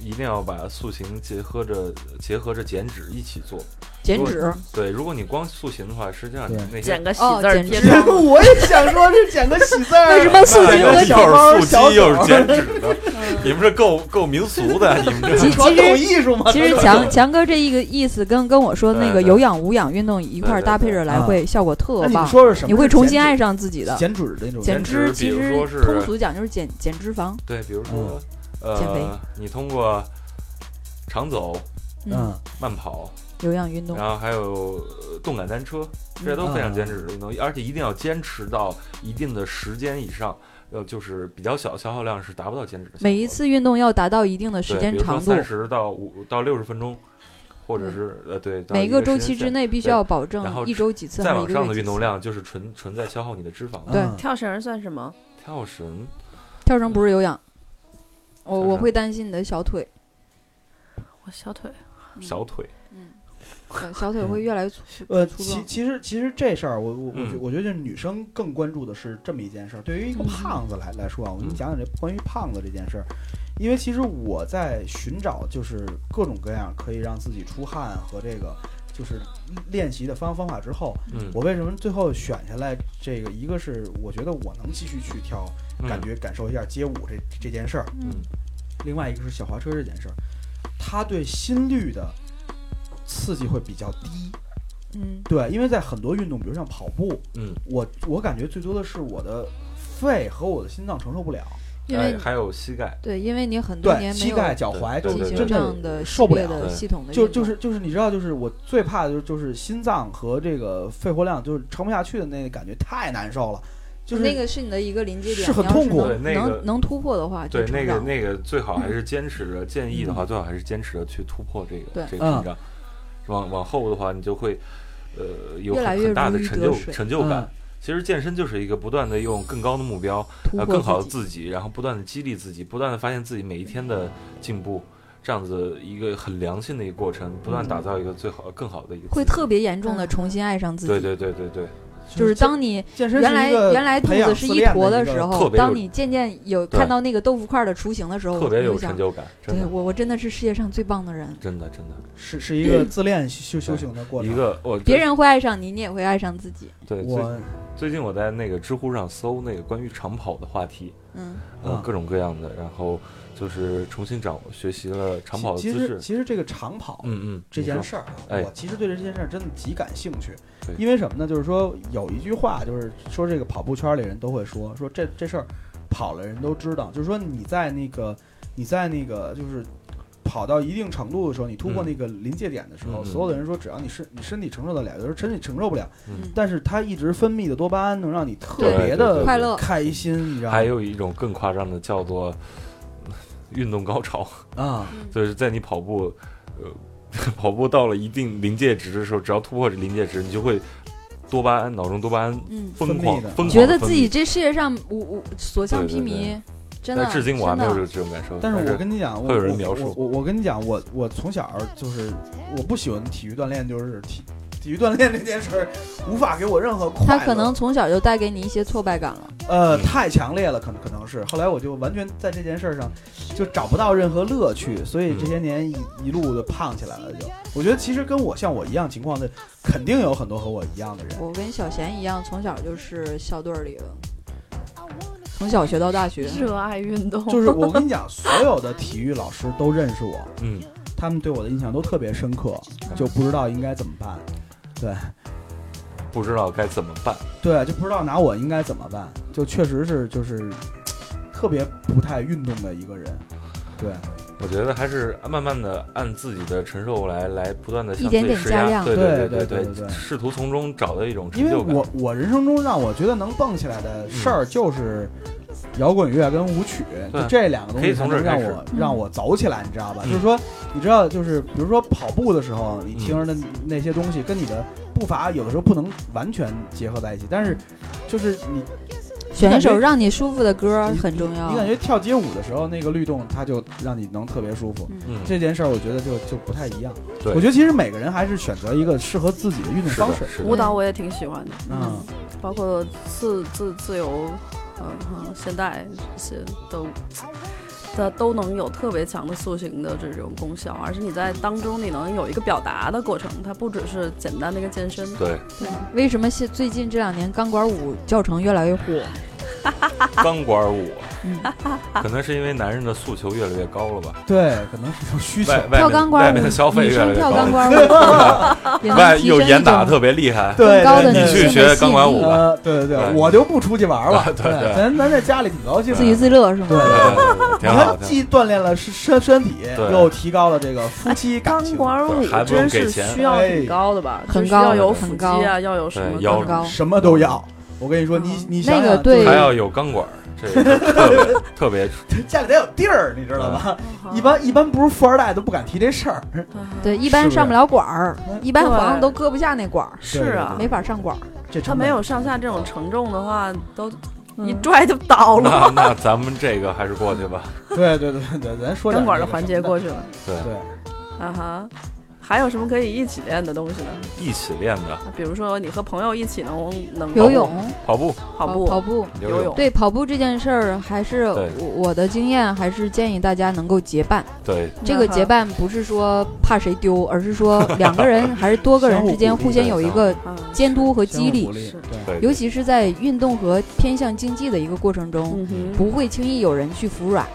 G: 一定要把塑形结合着结合着减脂一起做。
H: 减
G: 如果
H: 脂，
G: 对，如果你光塑形的话，实际上你
D: 对
G: 那些
E: 捡个喜
H: 哦
E: 字儿
H: 简
E: 贴
H: 直
E: 上。
D: 我也想说是捡个喜字 儿。
H: 为什么塑
G: 那
H: 形
D: 小
G: 又是
H: 和减
D: 猫
G: 又是
D: 小
G: 腹肌又
D: 狗
G: 是减脂 的，你们这够够民俗的，你们这
H: 嗯其
D: 传
H: 其
D: 统
H: 实
D: 艺术吗？
H: 其实强强哥这一个意思跟跟我说那
G: 对
H: 个
G: 对
H: 有氧无氧运动一块儿
G: 对对
H: 搭配着来
D: 对
H: 会效果
D: 那
H: 特
D: 哎你们
H: 棒，
D: 说是什么？
H: 你会重新爱上自己的。
D: 减脂的那种
G: 减
H: 减
G: 脂
H: 脂其
G: 比如
H: 实
G: 说是
H: 通俗讲就是减减脂肪，
G: 对，比如说、
H: 减肥
G: 呃，你通过长走、
H: 嗯，
D: 嗯，
G: 慢跑，
H: 有氧运动嗯
G: 然后还有呃动感单车，这都非常减脂的运动，而且一定要坚持到一定的时间以上。呃，就是比较小的消耗量是达不到减脂的效果的。
H: 每一次运动要达到一定的时间长度，
G: 三十到五到六十分钟，或者是呃对，到
H: 嗯每
G: 一
H: 个
G: 个
H: 周
G: 时间
H: 期之
G: 线。
H: 内必须
G: 对
H: 要保
G: 然后
H: 证一周几次
G: 再
H: 还是一
G: 往
H: 个
G: 上
H: 月
G: 的
H: 几
G: 运动
H: 次。
G: 量就是纯纯在消耗你的脂肪。
H: 对
D: 嗯
E: 跳绳算什么？
G: 跳绳，
H: 跳绳不是有氧，
G: 嗯
H: 我
G: 跳绳
H: 我会担心你的小腿，
E: 我小腿
D: 嗯
G: 小腿，
H: 小小腿会越来越粗。
D: 呃，
H: 粗
D: 其
H: 壮
D: 其实其实这事儿，我我我觉
G: 嗯
D: 我觉得就是女生更关注的是这么一件事儿。对于一个
H: 嗯
D: 胖子来来说啊，我给你
G: 嗯
D: 讲讲这关于胖子这件事儿，因为其实我在寻找就是各种各样可以让自己出汗和这个就是练习的方方法之后，
G: 嗯，
D: 我为什么最后选下来这个？一个是我觉得我能继续去跳，感
G: 嗯
D: 觉感受一下街舞这这件事儿，
H: 嗯
D: 另外一个是小滑车这件事儿，它对心率的刺激会比较低。
H: 嗯，
D: 对，因为在很多运动，比如像跑步，
G: 嗯，
D: 我我感觉最多的是我的肺和我的心脏承受不了，
H: 因
G: 哎
H: 为
G: 还有膝盖，
H: 对，因为你很多
D: 对，
H: 年没
D: 膝
H: 有
D: 盖、脚踝
G: 对
D: 就
H: 进
D: 是
H: 行
D: 真
H: 这样
D: 的
H: 的
D: 受
H: 系
D: 不
H: 列
D: 了。
H: 的
G: 对
H: 系统的运
D: 就
H: 动，
D: 就是就是你知道，就是我最怕的就是就是心脏和这个肺活量就是撑不下去的那个感觉太难受了，就是
H: 那个是你的一个临界点，
D: 是很
H: 你要
D: 痛苦
H: 能
G: 对那个
H: 能能突破的话，就
G: 对，那个
H: 成长嗯
G: 那个最好还是坚持着，建议的话最好还是坚持着去突破这
H: 对
G: 个这个
D: 嗯
G: 屏障。往往后的话，你就会呃有
H: 越来
G: 很
H: 越
G: 很大
H: 如
G: 的
H: 鱼
G: 成
H: 得
G: 就
H: 水
G: 成就
D: 嗯
G: 感。其实健身就是一个不断的用更高的目标，
H: 突
G: 呃，
H: 破
G: 更好的
H: 自己。
G: 自己，然后不断的激励自己，不断的发现自己每一天的进步，这样子一个很良性的一个过程，不断打造一个最好、更好的一个自己。
H: 会特别严重的
E: 啊
H: 重新爱上自己。
G: 嗯对对对对对，
H: 就是当你
D: 健身是
H: 原来
D: 一个
H: 原来肚
D: 培养
H: 子是
D: 自
H: 一
D: 恋
H: 坨
D: 的
H: 的
D: 一个
H: 时
G: 特
H: 候，
G: 别有
H: 当你渐渐有
G: 对
H: 看到那个豆腐块的雏形的时候，
G: 特别
H: 你哦就
G: 有
H: 想
G: 成就感，真
H: 对
G: 的
H: 我，我真的是世界上最棒的人。
G: 真的真的，
D: 是是一
H: 嗯
D: 个自恋修修
G: 对
D: 行的过程。
G: 一个我
H: 别人会爱上你，你也会爱上自己。
G: 对最
D: 我
G: 最近我在那个知乎上搜那个关于长跑的话题，
H: 嗯，
G: 呃，
D: 啊
G: 各种各样的，然后就是重新掌学习了长跑的
D: 其
G: 姿
D: 其实
G: 势。
D: 其实这个长跑，
G: 嗯嗯，
D: 这
G: 你
D: 件
G: 说
D: 事儿啊，
G: 哎
D: 我其实对这件事儿真的极感兴趣
G: 对。
D: 因为什么呢？就是说有一句话，就是说这个跑步圈里人都会说，说这这事儿跑了人都知道。就是说你在那个你在那个就是跑到一定程度的时候，你突破
G: 嗯
D: 那个临界点的时候，
G: 嗯嗯
D: 所有的人说只要你身你身体承受得了，有的时候身体承受不了，
G: 嗯
D: 但是它一直分泌的多巴胺能让你特
G: 对
D: 别
G: 对对
D: 的
G: 对
H: 快乐
D: 开心，你知道吗？
G: 还有一种更夸张的叫做嗯运动高潮。
D: 啊，
G: 就是在你跑步，呃，跑步到了一定临界值的时候，只要突破这临界值，你就会多巴胺，脑中多巴胺
H: 嗯
G: 疯
D: 分
G: 狂
D: 泌的
G: 疯狂地
H: 觉得
G: 分
H: 自己
G: 泌。
H: 这世界上我我所向披
G: 对对
H: 靡，真的。
G: 但至今我还没有这
H: 真的
G: 这种感受。
D: 但是
G: 是
D: 我跟你讲，我
G: 会有
D: 我
G: 人描述
D: 我我我跟你讲，我我从小就是我不喜欢体育锻炼，就是体体育锻炼这件事儿无法给我任何快
H: 他
D: 乐。
H: 可能从小就带给你一些挫败感了。
D: 呃太强烈了，可能可能是。后来我就完全在这件事儿上就找不到任何乐趣，所以这
G: 嗯
D: 些年一一路的胖起来了就。我觉得其实跟我像我一样情况的，肯定有很多和我一样的 人。
H: 我跟小贤一样，从小就是校队儿里的，从小学到大学。
E: 热爱运动，
D: 就是我跟你讲，所有的体育老师都认识我，
G: 嗯，
D: 他们对我的印象都特别深刻，就不知道应该怎么办。
G: 不知道该怎么办。
D: 对，啊就不知道拿我应该怎么办，就确实是就是特别不太运动的一个人，对，
G: 我觉得还是慢慢的按自己的承受来来不断的向
H: 一点
G: 自己
H: 点
G: 施
H: 加
G: 压，
H: 量
G: 对
D: 对对
G: 对
D: 对对
G: 试图从中找到一种成
D: 因为
G: 就感。嗯
D: 我我人生中让我觉得能蹦起来的事儿就是摇滚乐跟舞曲，
G: 对
D: 就这两个东
G: 可
D: 西
G: 以
D: 才
G: 从这
D: 能
G: 儿
D: 让
G: 开始
D: 我让我走起来，你知道吧？
G: 嗯
D: 就是说，你知道，就是比如说跑步的时候，你
G: 嗯
D: 听着的那些东西跟你的步伐有的时候不能完全结合在一起，但是就是你
H: 选一首让你舒服的歌
D: 你
H: 很重要
D: 你。感觉跳街舞的时候那个律动，它就让你能特别舒服。
G: 嗯，
D: 这件事儿，我觉得就就不太一样。
G: 对
D: 我觉得其实每个人还是选择一个适合自己的运动
G: 是
D: 方
G: 的，
D: 式。
G: 是的
E: 舞蹈我也挺喜欢的，
D: 嗯，
E: 包括自自自由，嗯、嗯现代这些都，它都能有特别强的塑形的这种功效，而且你在当中你能有一个表达的过程，它不只是简单的一个健身。
G: 对，
H: 为什么现最近这两年钢管舞教程越来越火？
G: 钢管舞
H: 嗯，
G: 可能是因为男人的诉求越来越高了吧，
D: 对，可能是有需求。
G: 外外
H: 跳
G: 面
H: 钢管
G: 外
H: 舞，
G: 面的消费
H: 女
G: 越来
H: 生
G: 越
H: 跳
G: 高
H: 钢
G: 了，
H: 管舞 也
G: 外
H: 能提
G: 有
H: 升
G: 严打
H: 一种
G: 特别 厉害，
D: 对，
H: 更高
D: 对
H: 的
G: 你
H: 女
D: 对
G: 去
H: 性
G: 学
H: 的
G: 钢
H: 吸
G: 管
H: 引
G: 舞
H: 力
G: 吧，
D: 呃，对对对，
G: 对
D: 我就不出去玩了。
G: 对
D: 对
G: 对，
D: 咱咱在家里挺高兴的。
H: 自娱自乐是吗？
D: 对
G: 对
D: 你
G: 嗯挺好
D: 看，
G: 的。
D: 既锻炼了身身身体，
G: 对啊
D: 又提高了这个夫妻感
E: 钢
D: 情。
E: 管舞
G: 还不用
E: 真
G: 给
E: 是
G: 钱
E: 需要挺高的吧，
H: 很
E: 就是
H: 高
E: 要有
H: 很
E: 腹肌
H: 高
E: 啊，要有什么
G: 对腰
E: 各
H: 很
E: 种
H: 高。
D: 什么都要。我跟你说，你
E: 嗯
D: 你想想
H: 那个对
G: 还要有钢管儿，这个 特别特别
D: 就是家里得有地儿，你知道
G: 嗯
D: 吗？
E: 啊
D: 一般一般不是富二代都不敢提这事 儿。
H: 对，一般
D: 是不是
H: 上不了管儿，一般房子都搁不下那管儿，
E: 是啊，
H: 没法上管儿。
D: 这
E: 它
D: 成本
E: 没有上下这种承重的话，都一
H: 嗯
E: 拽就倒了。
G: 那那咱们这个还是过去吧。
D: 对对对对，咱说点
E: 钢管
D: 这
E: 的
D: 个
E: 环
D: 什
E: 节
D: 么
E: 过去了，
G: 对，
D: 对，
E: 啊哈。还有什么可以一起练的东西呢？
G: 一起练的
E: 比如说你和朋友一起能能
H: 游泳、
G: 跑步、
E: 跑步、
H: 跑步，
E: 游泳，
H: 对跑步这件事儿，还是
G: 对
H: 我我的经验，还是建议大家能够结伴。
G: 对
H: 这个结伴不是说怕谁丢，而是说两个人还是多个人之间
D: 相互鼓
H: 互
D: 励
H: 相有一个
E: 啊，
H: 监督和
D: 相互
H: 激励
D: 鼓，励
E: 是
D: 对。
G: 对，
H: 尤其是在运动和偏向竞技的一个过程中，
E: 嗯哼，
H: 不会轻易有人去服软。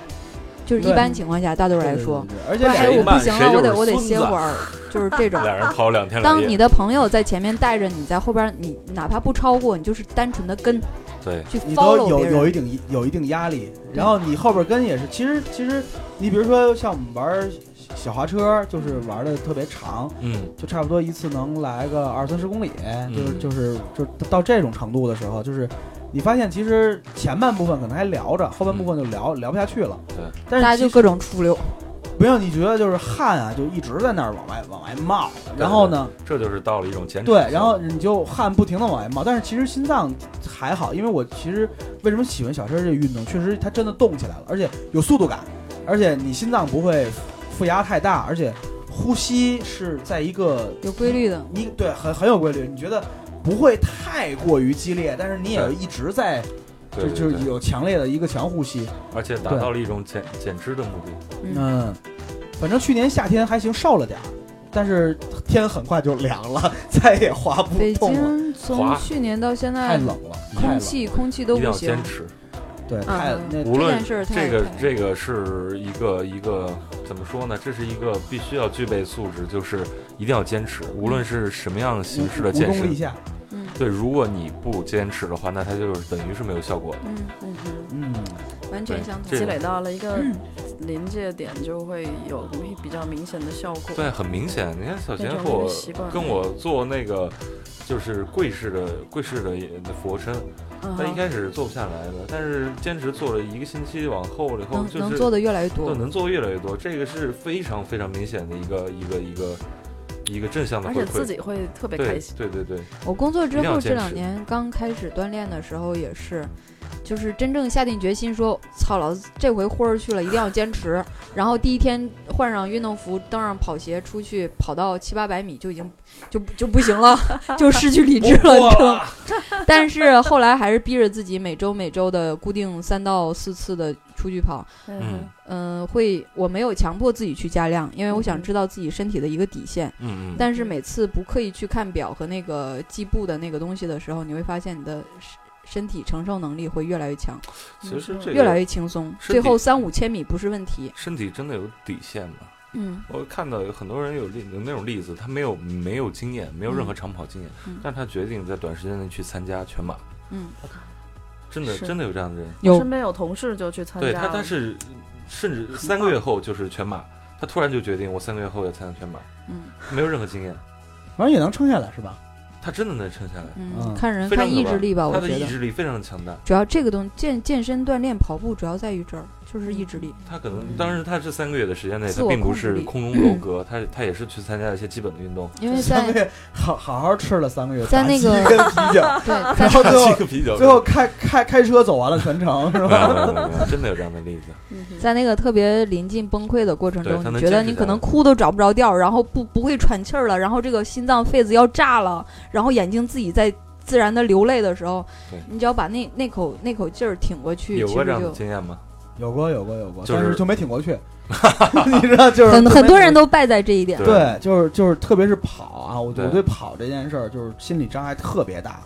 H: 就是一
D: 对
H: 般情况下，大多数来说，
D: 对，对对而且两
G: 对
H: 哎，
G: 谁
H: 我
D: 人
H: 不
G: 慢
H: 行
G: 谁
H: 了，我
G: 就是
H: 得我得
G: 孙
H: 歇
G: 子
H: 会儿，就是这种。
G: 俩人跑两天两
H: 当你
G: 夜，
H: 的朋友在前面带着你，在后边你哪怕不超过，你就是单纯的跟
G: 对
H: 去
D: 你都
H: follow
D: 有
H: 别
D: 有一
H: 人。
D: 定有一定压力，然后你后边跟也是，其实其实你比如说像我们玩小滑车，就是玩的特别长，
G: 嗯，
D: 就差不多一次能来个二三十公里，
G: 嗯
D: 就是就是就到这种程度的时候，就是你发现其实前半部分可能还聊着，后半部分就聊聊不下去了，
G: 对，
D: 但
H: 大
D: 是
H: 家就
D: 其实
H: 各种出溜，
D: 不要你觉得就是汗啊，就一直在那儿往外往外冒，然后呢，
G: 这就是到了一种减脂。
D: 对，然后你就汗不停的往外冒，但是其实心脏还好，因为我其实为什么喜欢小车这个运动，确实它真的动起来了，而且有速度感，而且你心脏不会负压太大，而且呼吸是在一个
H: 有规律的。
D: 你对很很有规律，你觉得不会太过于激烈，但是你也
G: 对
D: 一直在
G: 对
D: 就
G: 对
D: 就是
G: 对，
D: 有强烈的一个强呼吸，
G: 而且达到了一种减减脂的目的。
H: 嗯，
D: 嗯，反正去年夏天还行，瘦了点儿，但是天很快就凉了， 再也滑不
H: 北
D: 动了，
H: 京从
G: 滑
H: 去年到现
D: 太
H: 在，
D: 冷了，太
H: 空
D: 冷，
H: 气空气都
G: 一定
H: 不
G: 要
H: 行
G: 坚。持，
D: 对，太
E: 嗯
D: 那
G: 无
H: 这
G: 论
H: 件事儿太
G: 这个
H: 太
G: 这个是一个一个怎么说呢？这是一个必须要具备素质，就是一定要坚持，无论是什么样形式
D: 无
G: 的健
D: 无功立
G: 身。
D: 下，
H: 嗯
G: 对，如果你不坚持的话，那它就是等于是没有效果的。
H: 嗯，
E: 嗯哼，
D: 嗯，
H: 完全相同
G: 对。
E: 积
G: 这个
E: 累到了一个临界点，就会有比较明显的效果。
G: 对，很明显。你看小贤
E: 那种
G: 和
E: 一
G: 我
E: 个习惯
G: 跟我做那个就是跪式的跪式的俯卧撑，
E: 嗯
G: 但一
E: 哼，
G: 开始是做不下来的，但是坚持做了一个星期，往后了以后
H: 能
G: 就是
H: 能做的越来越多
G: 对，能做越来越多，这个是非常非常明显的一个一个一个一个正向的
E: 而
G: 回
E: 且自
G: 馈。
E: 己会特别
G: 对
E: 开心。
G: 对对对，
H: 我工作之
G: 一定要
H: 后
G: 坚
H: 这两
G: 持
H: 年刚开始锻炼的时候也是，就是真正下定决心说，操老子这回豁出去了，一定要坚持。然后第一天换上运动服，登上跑鞋，出去跑到七八百米就已经就就不行了， 就失去理智 了，你知道吗？ 但是后来还是逼着自己每周每周的固定三到四次的出去跑。
G: 嗯
H: 嗯、会我没有强迫自己去加量，因为我想
E: 嗯
H: 知道自己身体的一个底线。
G: 嗯嗯，
H: 但是每次不刻意去看表和那个计步的那个东西的时候，你会发现你的身身体承受能力会越来越强，
G: 其实这
H: 越来
G: 个
H: 越轻松。
G: 身
H: 最后
G: 体
H: 三五千米不是问题。
G: 身体真的有底线的。
H: 嗯，
G: 我看到有很多人有例有那种例子，他没有没有经验，没有任何长跑经验，
H: 嗯
G: 但是他决定在短时间内去参加全马。
H: 嗯，
G: 真的
E: 是
G: 真的有这样的人，
E: 我
H: 有
E: 身边有同事就去参加
G: 对
E: 了，
G: 他他是甚至三个月后就是全马，他突然就决定我三个月后要参加全马，
H: 嗯
G: 没有任何经验，
D: 反正也能撑下来是吧？
G: 他真的能撑下来，
H: 嗯
D: 嗯，
H: 看人
G: 非常
H: 看
G: 可
H: 意
G: 怕
H: 志力吧，我
G: 他的
H: 觉
G: 意
H: 得
G: 志力非常的强大。
H: 主要这个东健健身锻炼跑步主要在于这儿，就是意志力。
G: 他可
D: 嗯
G: 能当时他这三个月的时间内，
H: 自
G: 他
H: 我
G: 并不
H: 控制
G: 是
H: 力嗯
G: 空中楼阁，他他也是去参加一些基本的运动，
H: 因为
D: 三
H: 在
D: 个月好好好吃了三个月，
H: 在那个
D: 炸鸡跟啤酒，
H: 对
D: 然
H: 在
D: 后 最 后
G: 这个啤酒，
D: 最后开开开车走完了全程是
G: 没有
D: 吧？
G: 没有没有没有真的有这样的例子，
E: 嗯哼
H: 在那个特别临近崩溃的过程
G: 对
H: 中，
G: 他
H: 你
G: 能
H: 觉
G: 坚
H: 得
G: 持
H: 你
G: 下
H: 可
G: 来
H: 能哭都找不着调儿，然后不不会喘气儿了，然后这个心脏肺子要炸了，然后眼睛自己在自然的流泪的时候
G: 对，
H: 你只要把那那口那口劲儿挺过去，
G: 有
H: 其
G: 过
H: 实
G: 这样的
H: 就
G: 经验吗？
D: 有过有过有过，
G: 嗯就是
D: 但是就没挺过 去，你知道就是
H: 很
D: 就没
H: 很多
D: 挺
H: 人都败在这一点。
G: 对
D: 对，就是就是，特别是跑啊，我
G: 对
D: 我对跑这件事儿就是心理障碍特别大，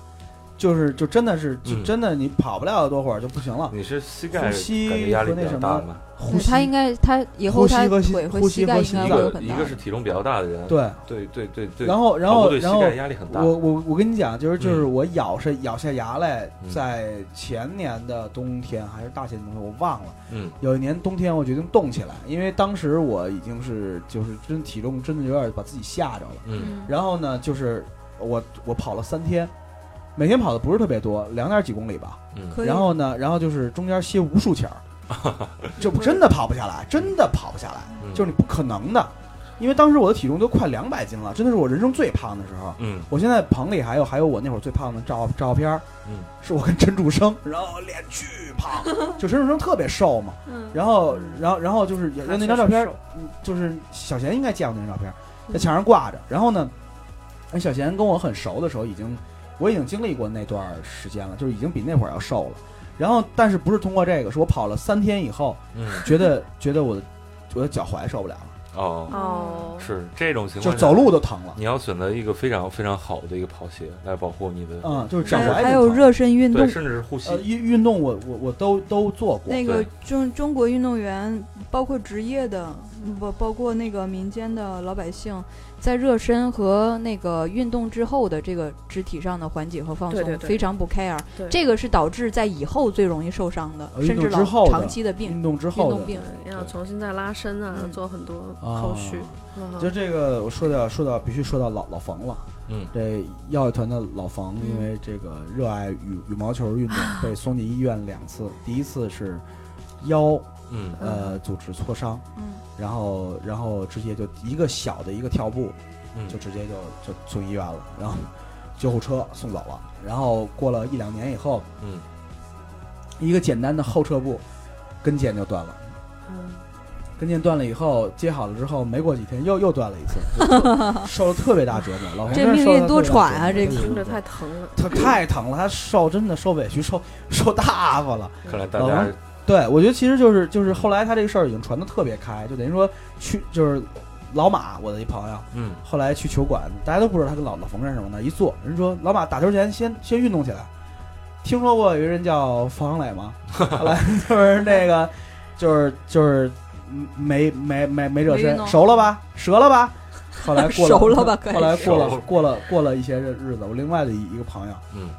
D: 就是就真的是就
G: 嗯
D: 真的你跑不了多会儿就不行了，
G: 你是膝盖
D: 呼吸
G: 感觉压力
D: 和
G: 比
D: 那
G: 较
D: 什
G: 大
D: 么
G: 吗？
D: 呼
H: 对
D: 吸
H: 嗯他应该他以
D: 呼
H: 后
D: 吸
H: 他
D: 和心
H: 腿
D: 呼吸
H: 膝
D: 和
H: 盖应
D: 心
H: 该
G: 一
H: 会有
G: 个
H: 很
G: 一
H: 大
G: 个
H: 的
G: 是体重比较大的人，
D: 对，
G: 对对对对，
D: 然后然
G: 跑步
D: 后
G: 对膝
D: 然后
G: 盖压力很大，
D: 我我我跟你讲，就是就是
G: 嗯
D: 我咬是咬下牙来
G: 嗯，
D: 在前年的冬天还是大前年的冬天我忘了，
G: 嗯
D: 有一年冬天我决定动起来，因为当时我已经是就是真体重真的有点把自己吓着了。
G: 嗯
H: 嗯
D: 然后呢，就是我我跑了三天，每天跑的不是特别多，两点几公里吧。
G: 嗯，
H: 可以
D: 然后呢，然后就是中间歇无数天儿， 就真的跑不下来，真的跑不下来，
G: 嗯
D: 就是你不可能的。因为当时我的体重都快两百斤了，真的是我人生最胖的时候。
G: 嗯
D: 我现在棚里还有还有我那会儿最胖的照照片儿，
G: 嗯
D: 是我跟陈楚生， 然后脸巨胖， 就陈楚生特别瘦嘛，
E: 嗯
D: 然后然后然后就是有有那张照片儿，就是小贤应该见过那张照片，在墙上挂着。然后呢，那小贤跟我很熟的时候，已经我已经经历过那段时间了，就是已经比那会儿要瘦了。然后，但是不是通过这个，是我跑了三天以后，
G: 嗯，
D: 觉得觉得我的我的脚踝受不了了，
G: 哦，
E: 哦，
G: 是这种情
D: 就
G: 况，
D: 走路。都疼了。
G: 你要选择一个非常非常好的一个跑鞋来保护你的，
D: 嗯，就是脚
H: 还
D: 踝
H: 有还
D: 都
H: 有
D: 疼
H: 热身运
G: 对，
H: 动，
G: 甚至是呼吸
D: 呃，运运动我，我我都都做过。
H: 那个
G: 对
H: 中中国运动员，包括职业的，不包括那个民间的老百姓，在热身和那个运动之后的这个肢体上的缓解和放松，
E: 对对对
H: 非常不 care。
E: 对
H: 这个是导致在以后最容易受伤的，
D: 呃
H: 甚
D: 运
H: 至
D: 动
H: 老
D: 之后的
H: 长期的病
D: 运。动之
H: 运
D: 后
H: 动
D: 的，
H: 病
E: 对要重新再拉伸啊
H: 嗯，
E: 做很多
D: 啊
E: 后续。嗯
D: 就这个，我说到说到必须说到老老冯了。
G: 嗯
D: 这药业团的老冯，
H: 嗯
D: 因为这个热爱羽羽毛球运 动，被送进医院两次。第一次是腰
G: 嗯
D: 呃组织挫伤，
H: 嗯，
D: 然后然后直接就一个小的一个跳步，
G: 嗯，
D: 就直接就就送医院了，然后救护车送走了。然后过了一两年以后，
G: 嗯
D: 一个简单的后撤步，跟腱就断了。
E: 嗯
D: 跟腱断了以后，接好了之后，没过几天又又断了一次，就 特受了特别大折磨。老冯
H: 这
D: 真是
H: 命
D: 受了
H: 运多
D: 特别大
H: 舛啊
D: 折磨
H: 这个
E: 听着太疼了，
D: 他太疼了，他受真的受委屈，受受大发了。
G: 看来大家
D: 对，我觉得其实就是就是后来他这个事儿已经传的特别开，就等于说去就是老马，我的一朋友，
G: 嗯
D: 后来去球馆，大家都不知道他跟老老冯认识吗？那一坐，人说老马打球前先先运动起来。听说过有一个人叫方磊 吗？后来就是那个，就是就是嗯没没没没热
H: 没运
D: 身，
H: 动
D: 熟了吧？折了吧？后来过了，
H: 熟了吧可以
D: 后来过
G: 熟
D: 了
G: 了
D: 过了过了一些日日子，我另外的一一个朋友，
G: 嗯，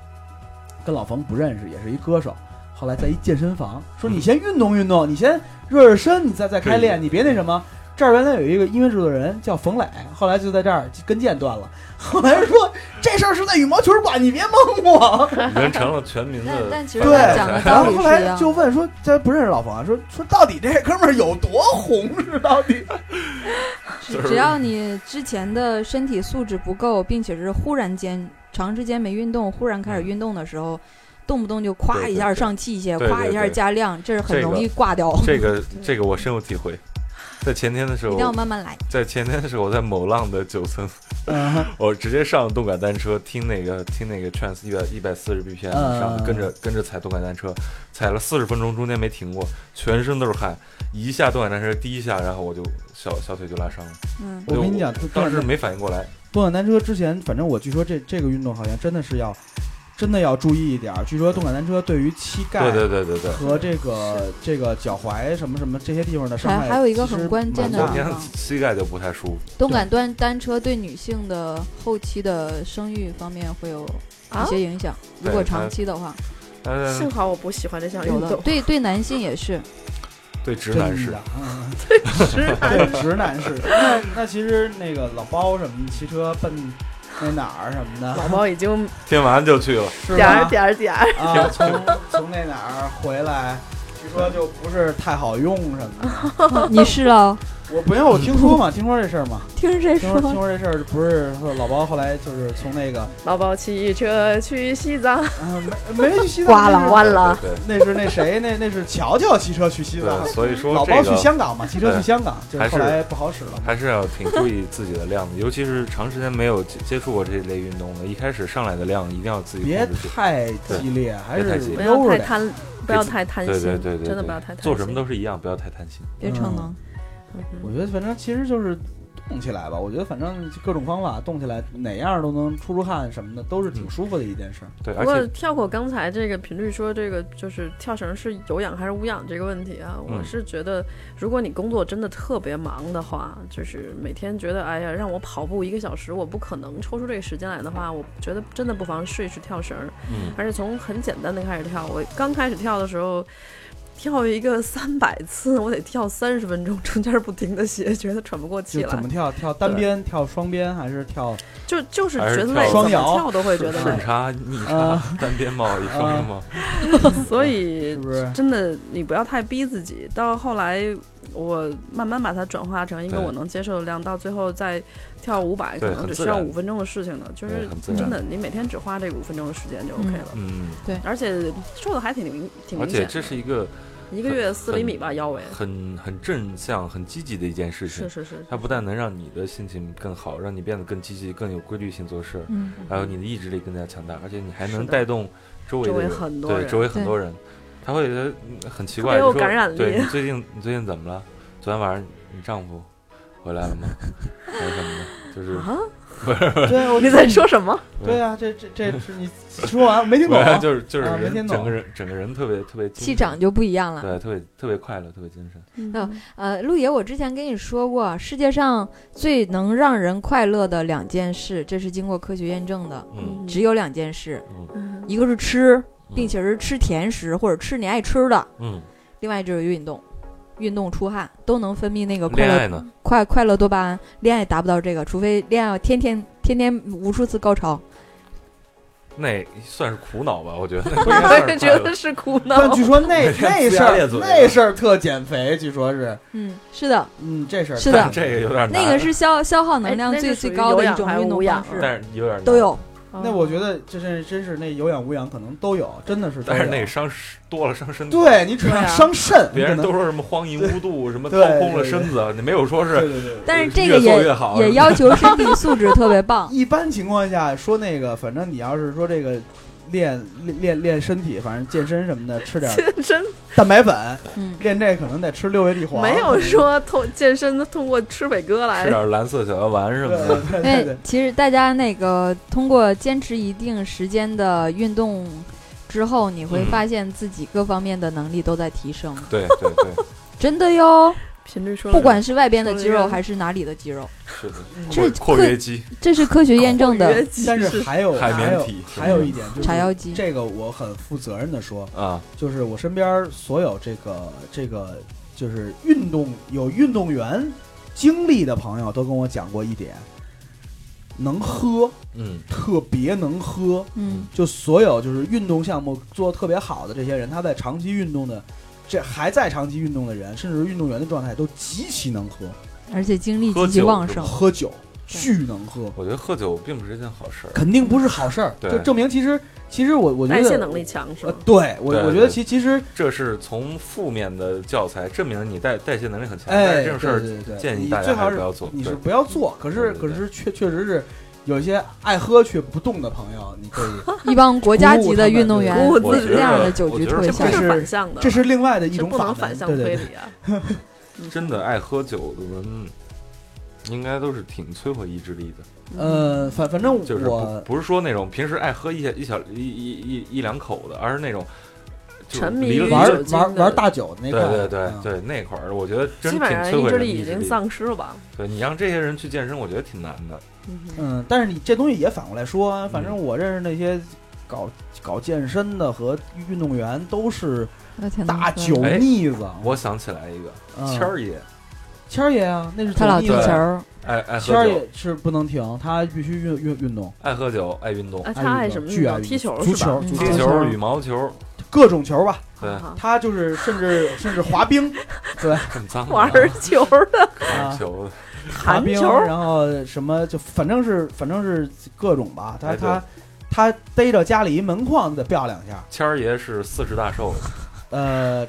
D: 跟老冯不认识，也是一歌手。后来在一健身 房说：“你先运动运动，你先热热身，你再再开练，
G: 对
D: 你别那什么。”这儿原来有一个音乐制作人叫冯磊，后来就在这儿跟腱断了。 后来说这事儿是在羽毛球馆，你别蒙我。
G: 已经成了全民的
H: 但但其实
D: 对
H: 他讲的
D: 然
H: 道
D: 后
H: 理
D: 后
H: 是一
D: 来
H: 样
D: 就
H: 的。
D: 问说：“这不认识老冯啊？说说到底这哥们儿有多红？是到底
G: 就是
H: 只要你之前的身
D: 嗯
H: 体素质不够，并且是忽然间长时间没运动，忽然开始运动的时候，动不动就夸
G: 对
H: 一
G: 对
H: 下
G: 对
H: 上器械，
G: 对对
H: 夸一下
G: 对
H: 加量，这是很
G: 这
H: 容
G: 个
H: 易挂掉。
D: 哦
G: 这个这个我深有体会。在前天的时
H: 一
G: 候
H: 定，要慢慢来。
G: 在前天的时候，我在某浪的九层，
D: 嗯
G: 我直接上动感单车，听那个听那个 trance 一百一百四十 BPM
D: 嗯
G: 上的，跟着跟着踩动感单车，踩了四十分钟，中间没停过，全身都是汗。一下动感单车第一下，然后我就小小腿就拉伤了。
E: 嗯，
D: 我跟你讲，
G: 当时没反应过来，
D: 动感单车之前，反正我据说这这个运动好像真的是要，真的要注意一点儿。据说动感单车对于膝盖
G: 对对对对对。
D: 和这个这个脚踝什么什么这些地方的伤害，
H: 还还有一个很关键的
E: 啊
G: 昨
H: 地
G: 天
H: 方
G: 膝盖就不太舒服，
H: 动感端单车对女性的后期的生育方面会有一些影响，如果
G: 对它
H: 长期的话，
G: 但是
E: 幸好我不喜欢这项运
H: 有的
E: 动，
H: 对对男性也 是。
G: 对直
D: 真
G: 男是
D: 的，嗯
E: 是
D: 对直男是。那那其实那个老包什么骑车奔那哪儿什么的，
E: 宝宝已经
G: 听完就去了，
D: 是
E: 点儿
D: 吧？
E: 点儿点儿，
D: 啊，从从那哪儿回来，据说就不是太好用什么的。
H: 你是啊？
D: 我不因为我听说嘛，听说这事儿嘛，
H: 听谁
D: 听说听？说这事儿不是说老包后来就是从那个
E: 宝宝骑车去西藏，
D: 啊没没去西藏，
H: 刮了
D: 那是
E: 完了，
G: 对
D: 那是那谁，那那是乔乔骑车去西藏
G: 对，，所以说
D: 老包
G: 这
D: 去
G: 个
D: 香港嘛，骑车去
G: 对
D: 香港，就是
G: 还
D: 后
G: 是
D: 来不好使了嘛。
G: 还是要挺注意自己的量的，尤其是长时间没有接接触过这类运动的，一开始上来的量一定要自己
D: 别
G: 控制住。
D: 太激烈，还
G: 别太
D: 是
G: 激
E: 不
G: 烈
E: 要
D: 悠着
E: 太
D: 点。
E: 贪，不要太贪
G: 对
E: 心
G: 对，对对，
E: 真的
G: 对
E: 不要太贪心。
G: 做什么都是一样，不要太贪心。
H: 别逞能，
D: 我觉得反正其实就是动起来吧，我觉得反正各种方法动起来，哪样都能出出汗什么的，都是
G: 嗯
D: 挺舒服的一件事儿。
G: 对，
E: 不
G: 而
E: 过
G: 且
E: 跳过刚才这个频率说这个就是跳绳是有氧还是无氧这个问题啊，
G: 嗯
E: 我是觉得如果你工作真的特别忙的话，就是每天觉得哎呀让我跑步一个小时，我不可能抽出这个时间来的话，我觉得真的不妨试一试跳绳，
G: 嗯，
E: 而且从很简单的开始跳。我刚开始跳的时候。跳一个三百次，我得跳三十分钟，中间不停的歇，觉得喘不过气
D: 就
E: 来。呃
D: 怎么跳，跳单边、跳双边还是跳
E: 就就是
G: 还是
E: 觉得
G: 跳
E: 累，
D: 双
E: 怎么
D: 摇
E: 跳都会觉得
G: 顺
E: 累。
G: 差、逆差
D: 啊、
G: 单边贸易、双边贸易，
E: 所以
D: 是不是？
E: 真的，你不要太逼自己。到后来，我慢慢把它转化成一个
G: 对
E: 我能接受的量，到最后再跳五百，可
G: 对
E: 能
G: 很
E: 只
G: 自
E: 需要
G: 然
E: 五分钟的事情了。就是
G: 对很自然
E: 真的，你每天只花这五分钟的时间就 OK 了。
G: 嗯，
E: 而且瘦的还挺明挺
G: 而
E: 明
G: 且
E: 显，
G: 这是一个
E: 一个月四厘米吧腰围。
G: 很很正向、很积极的一件事
E: 是
G: 情。
E: 是是，
G: 它不但能让你的心情更好，让你变得更积极、更有规律性做事，
H: 嗯，
G: 还有你的意志力更加强大，而且你还
E: 是
G: 能
E: 的
G: 带动周围的
E: 周围
G: 人
E: 很多
G: 对
E: 人
G: 周围很多人，他会觉得嗯很奇怪，
E: 特别有
G: 就说
E: 感染力
G: 对你最近你最近怎么了？昨天晚上你丈夫回来了 吗？还是什么的？就是
E: 啊，
D: 对，啊我
E: 你在说什 么？
D: 对啊，这这这是你说完我没听懂
G: 对
D: 啊，
G: 就是就是
D: 啊没
G: 人
D: 听懂
G: 整个人整个人特别特别精
H: 气
G: 神
H: 场就不一样了。
G: 对，特别特别快乐，特别精神。
E: 嗯
H: 呃，陆爷，我之前跟你说过，啊世界上最能让人快乐的两件事，这是经过科学验证的，
G: 嗯，
H: 只有两件事，
E: 嗯
H: 一个是吃，
G: 嗯
H: 并且是吃甜食或者吃你爱吃的，
G: 嗯，
H: 另外就是运动，运动出汗都能分泌那个
G: 嗯
H: 快
G: 恋
H: 乐
G: 爱呢？
H: 快快乐多巴胺。恋爱达不到这个，除非恋爱天天天天无数次高潮。
G: 那算是苦恼吧，我 觉得。
E: 我也觉得是苦恼
D: 但。据说那那事儿
G: 呲牙咧嘴
D: 那事儿特减肥，据说是，
H: 嗯，是的，
D: 嗯，这事儿
H: 是的
D: 特
G: 这
D: 减
G: 个
D: 肥
G: 有点难。
H: 那个是消消耗能量
E: 哎那
H: 最
E: 是
H: 最
E: 属于
H: 高
E: 有
H: 的一
E: 氧
H: 种
E: 还是
H: 运动
E: 无氧
H: 方式，
G: 但是有点难
H: 都有。
D: 那我觉得这真真是那有氧无氧可能都有，真的是都有。
G: 但是那个伤多了伤身体。
D: 对你只
E: 对
D: 要
E: 啊
D: 伤肾，你
G: 别
D: 可
G: 人
D: 能
G: 都说什么荒淫无度，什么掏
D: 对
G: 空了
D: 对
G: 身子，你没有说
D: 对
G: 是
D: 对对。对。
H: 但是这
G: 越
H: 个
G: 做
H: 也
G: 越好
H: 也
G: 是吧
H: 要求身体素质特别棒
D: 一般情况下说那个，反正你要是说这个练练练练身体，反正健身什么的，吃点
E: 真
D: 蛋白粉，
H: 嗯，
D: 练这可能得吃六味地黄。
E: 没有说通健身通过吃伟哥来
G: 吃点蓝色小药丸什
D: 对
G: 么的。
D: 对对对
H: 哎
D: 对，，
H: 其实大家那个通过坚持一定时间的运动之后，你会
G: 嗯
H: 发现自己各方面的能力都在提升，
G: 对对对，
H: 真的哟。
E: 频率说了
H: 不管是外边的肌
E: 说了
H: 肉
E: 一个
H: 还是哪里的肌肉，
G: 是的，
H: 这
G: 括括约肌，
H: 这是科学验证
E: 约
H: 的。
E: 肌
D: 但是还有
G: 海
D: 还
G: 绵
D: 有
G: 体是吧
D: 还有一点就是
H: 柴腰肌
D: 这个我很负责任的说，
G: 啊，
D: 就是我身边所有这个这个就是运动有运动员经历的朋友都跟我讲过一点，能喝，
G: 嗯，
D: 特别能喝。
H: 嗯，
D: 就所有就是运动项目做得特别好的这些人，他在长期运动的，这还在长期运动的人，甚至是运动员的状态都极其能喝，
H: 而且精力
G: 喝
H: 极其
G: 酒
H: 旺
G: 是
H: 盛
G: 吧。
D: 喝酒巨能喝，
G: 我觉得喝酒并不是一件好事儿。
D: 肯定不是好事儿。
G: 对
D: 就证明其实其实我我觉
E: 代谢
D: 得
E: 能力强是
D: 呃
E: 吗？，
D: 对我
G: 对
D: 我觉
G: 对
D: 得其其实
G: 这是从负面的教材证明你代代谢能力很强，但
D: 哎，
G: 是这种事
D: 对
G: 儿
D: 对对
G: 建议
D: 你
G: 大
D: 最
G: 家
D: 好
G: 还
D: 是
G: 是不要做。
D: 你
G: 对
D: 是，不要做，可是
G: 对
D: 可
G: 对对
D: 是确确实是有一些爱喝却不动的朋友，你可以，
H: 一帮国家级的运动员
E: 鼓舞他们
H: 不是
G: 对
H: 这样的酒局
G: 我
H: 特
G: 觉
H: 效
E: 这不
G: 得我觉得
D: 这是
E: 反向的，
D: 这是另外的一
E: 这
D: 种
E: 不
D: 法
E: 能
D: 门，
E: 反向
D: 对对
E: 推
D: 对。
E: 理啊！
G: 嗯
E: 嗯
G: 真的爱喝酒的人，应该都是挺摧毁意志力的。
D: 呃，反反正
G: 就是不
D: 我
G: 不是说那种平时爱喝一小一小一一一一两口的，而是那种就是
E: 沉迷
G: 离了
E: 于
G: 离了
E: 酒
D: 玩
E: 精
D: 玩
E: 的
D: 玩大酒的那块
G: 对
D: 儿，
G: 对对
D: 嗯
G: 对那块儿，我觉得真
E: 基
G: 挺
E: 本上
G: 摧
E: 意
G: 毁
E: 志
G: 人的
E: 力已
G: 意志
E: 经
G: 力。
E: 丧失了吧？
G: 对你让这些人去健身，我觉得挺难的。
D: 嗯，但是你这东西也反过来说啊，反正我认识那些搞搞健身的和运动员都是
H: 我挺能喝
D: 大酒
G: 哎
D: 腻子。
G: 我想起来一个
D: 嗯
G: 谦儿爷，
D: 谦儿爷啊，那是
H: 他老踢
D: 酒
H: 球
D: 腻子。
H: 儿，
G: 爱爱
D: 谦
G: 喝
D: 儿
G: 酒，
D: 也是不能停，他必须运运运动，
G: 爱喝酒，爱运动，
E: 啊，
D: 爱
E: 他爱
D: 运
E: 什
D: 动
E: 么
D: 巨
E: 运
D: 爱
E: 动？
D: 运
E: 踢
D: 动
E: 球
D: 足
E: 是吧？啊
D: 球、
H: 嗯
D: 足
G: 踢
D: 球、
H: 足
G: 球、
H: 球
G: 羽毛球，
D: 各种球吧，
G: 对
E: 好，好
D: 他 就是甚至甚至滑冰，对，
G: 这么脏 的
E: 玩儿球的，
D: 啊
G: 玩球的，
D: 嗯滑
E: 弹
D: 冰，
E: 球，
D: 然后什么就反正是反正是各种吧，他
G: 哎对
D: 他他逮着家里一门框得飙两下，
G: 谦儿爷是四十大寿，
D: 呃，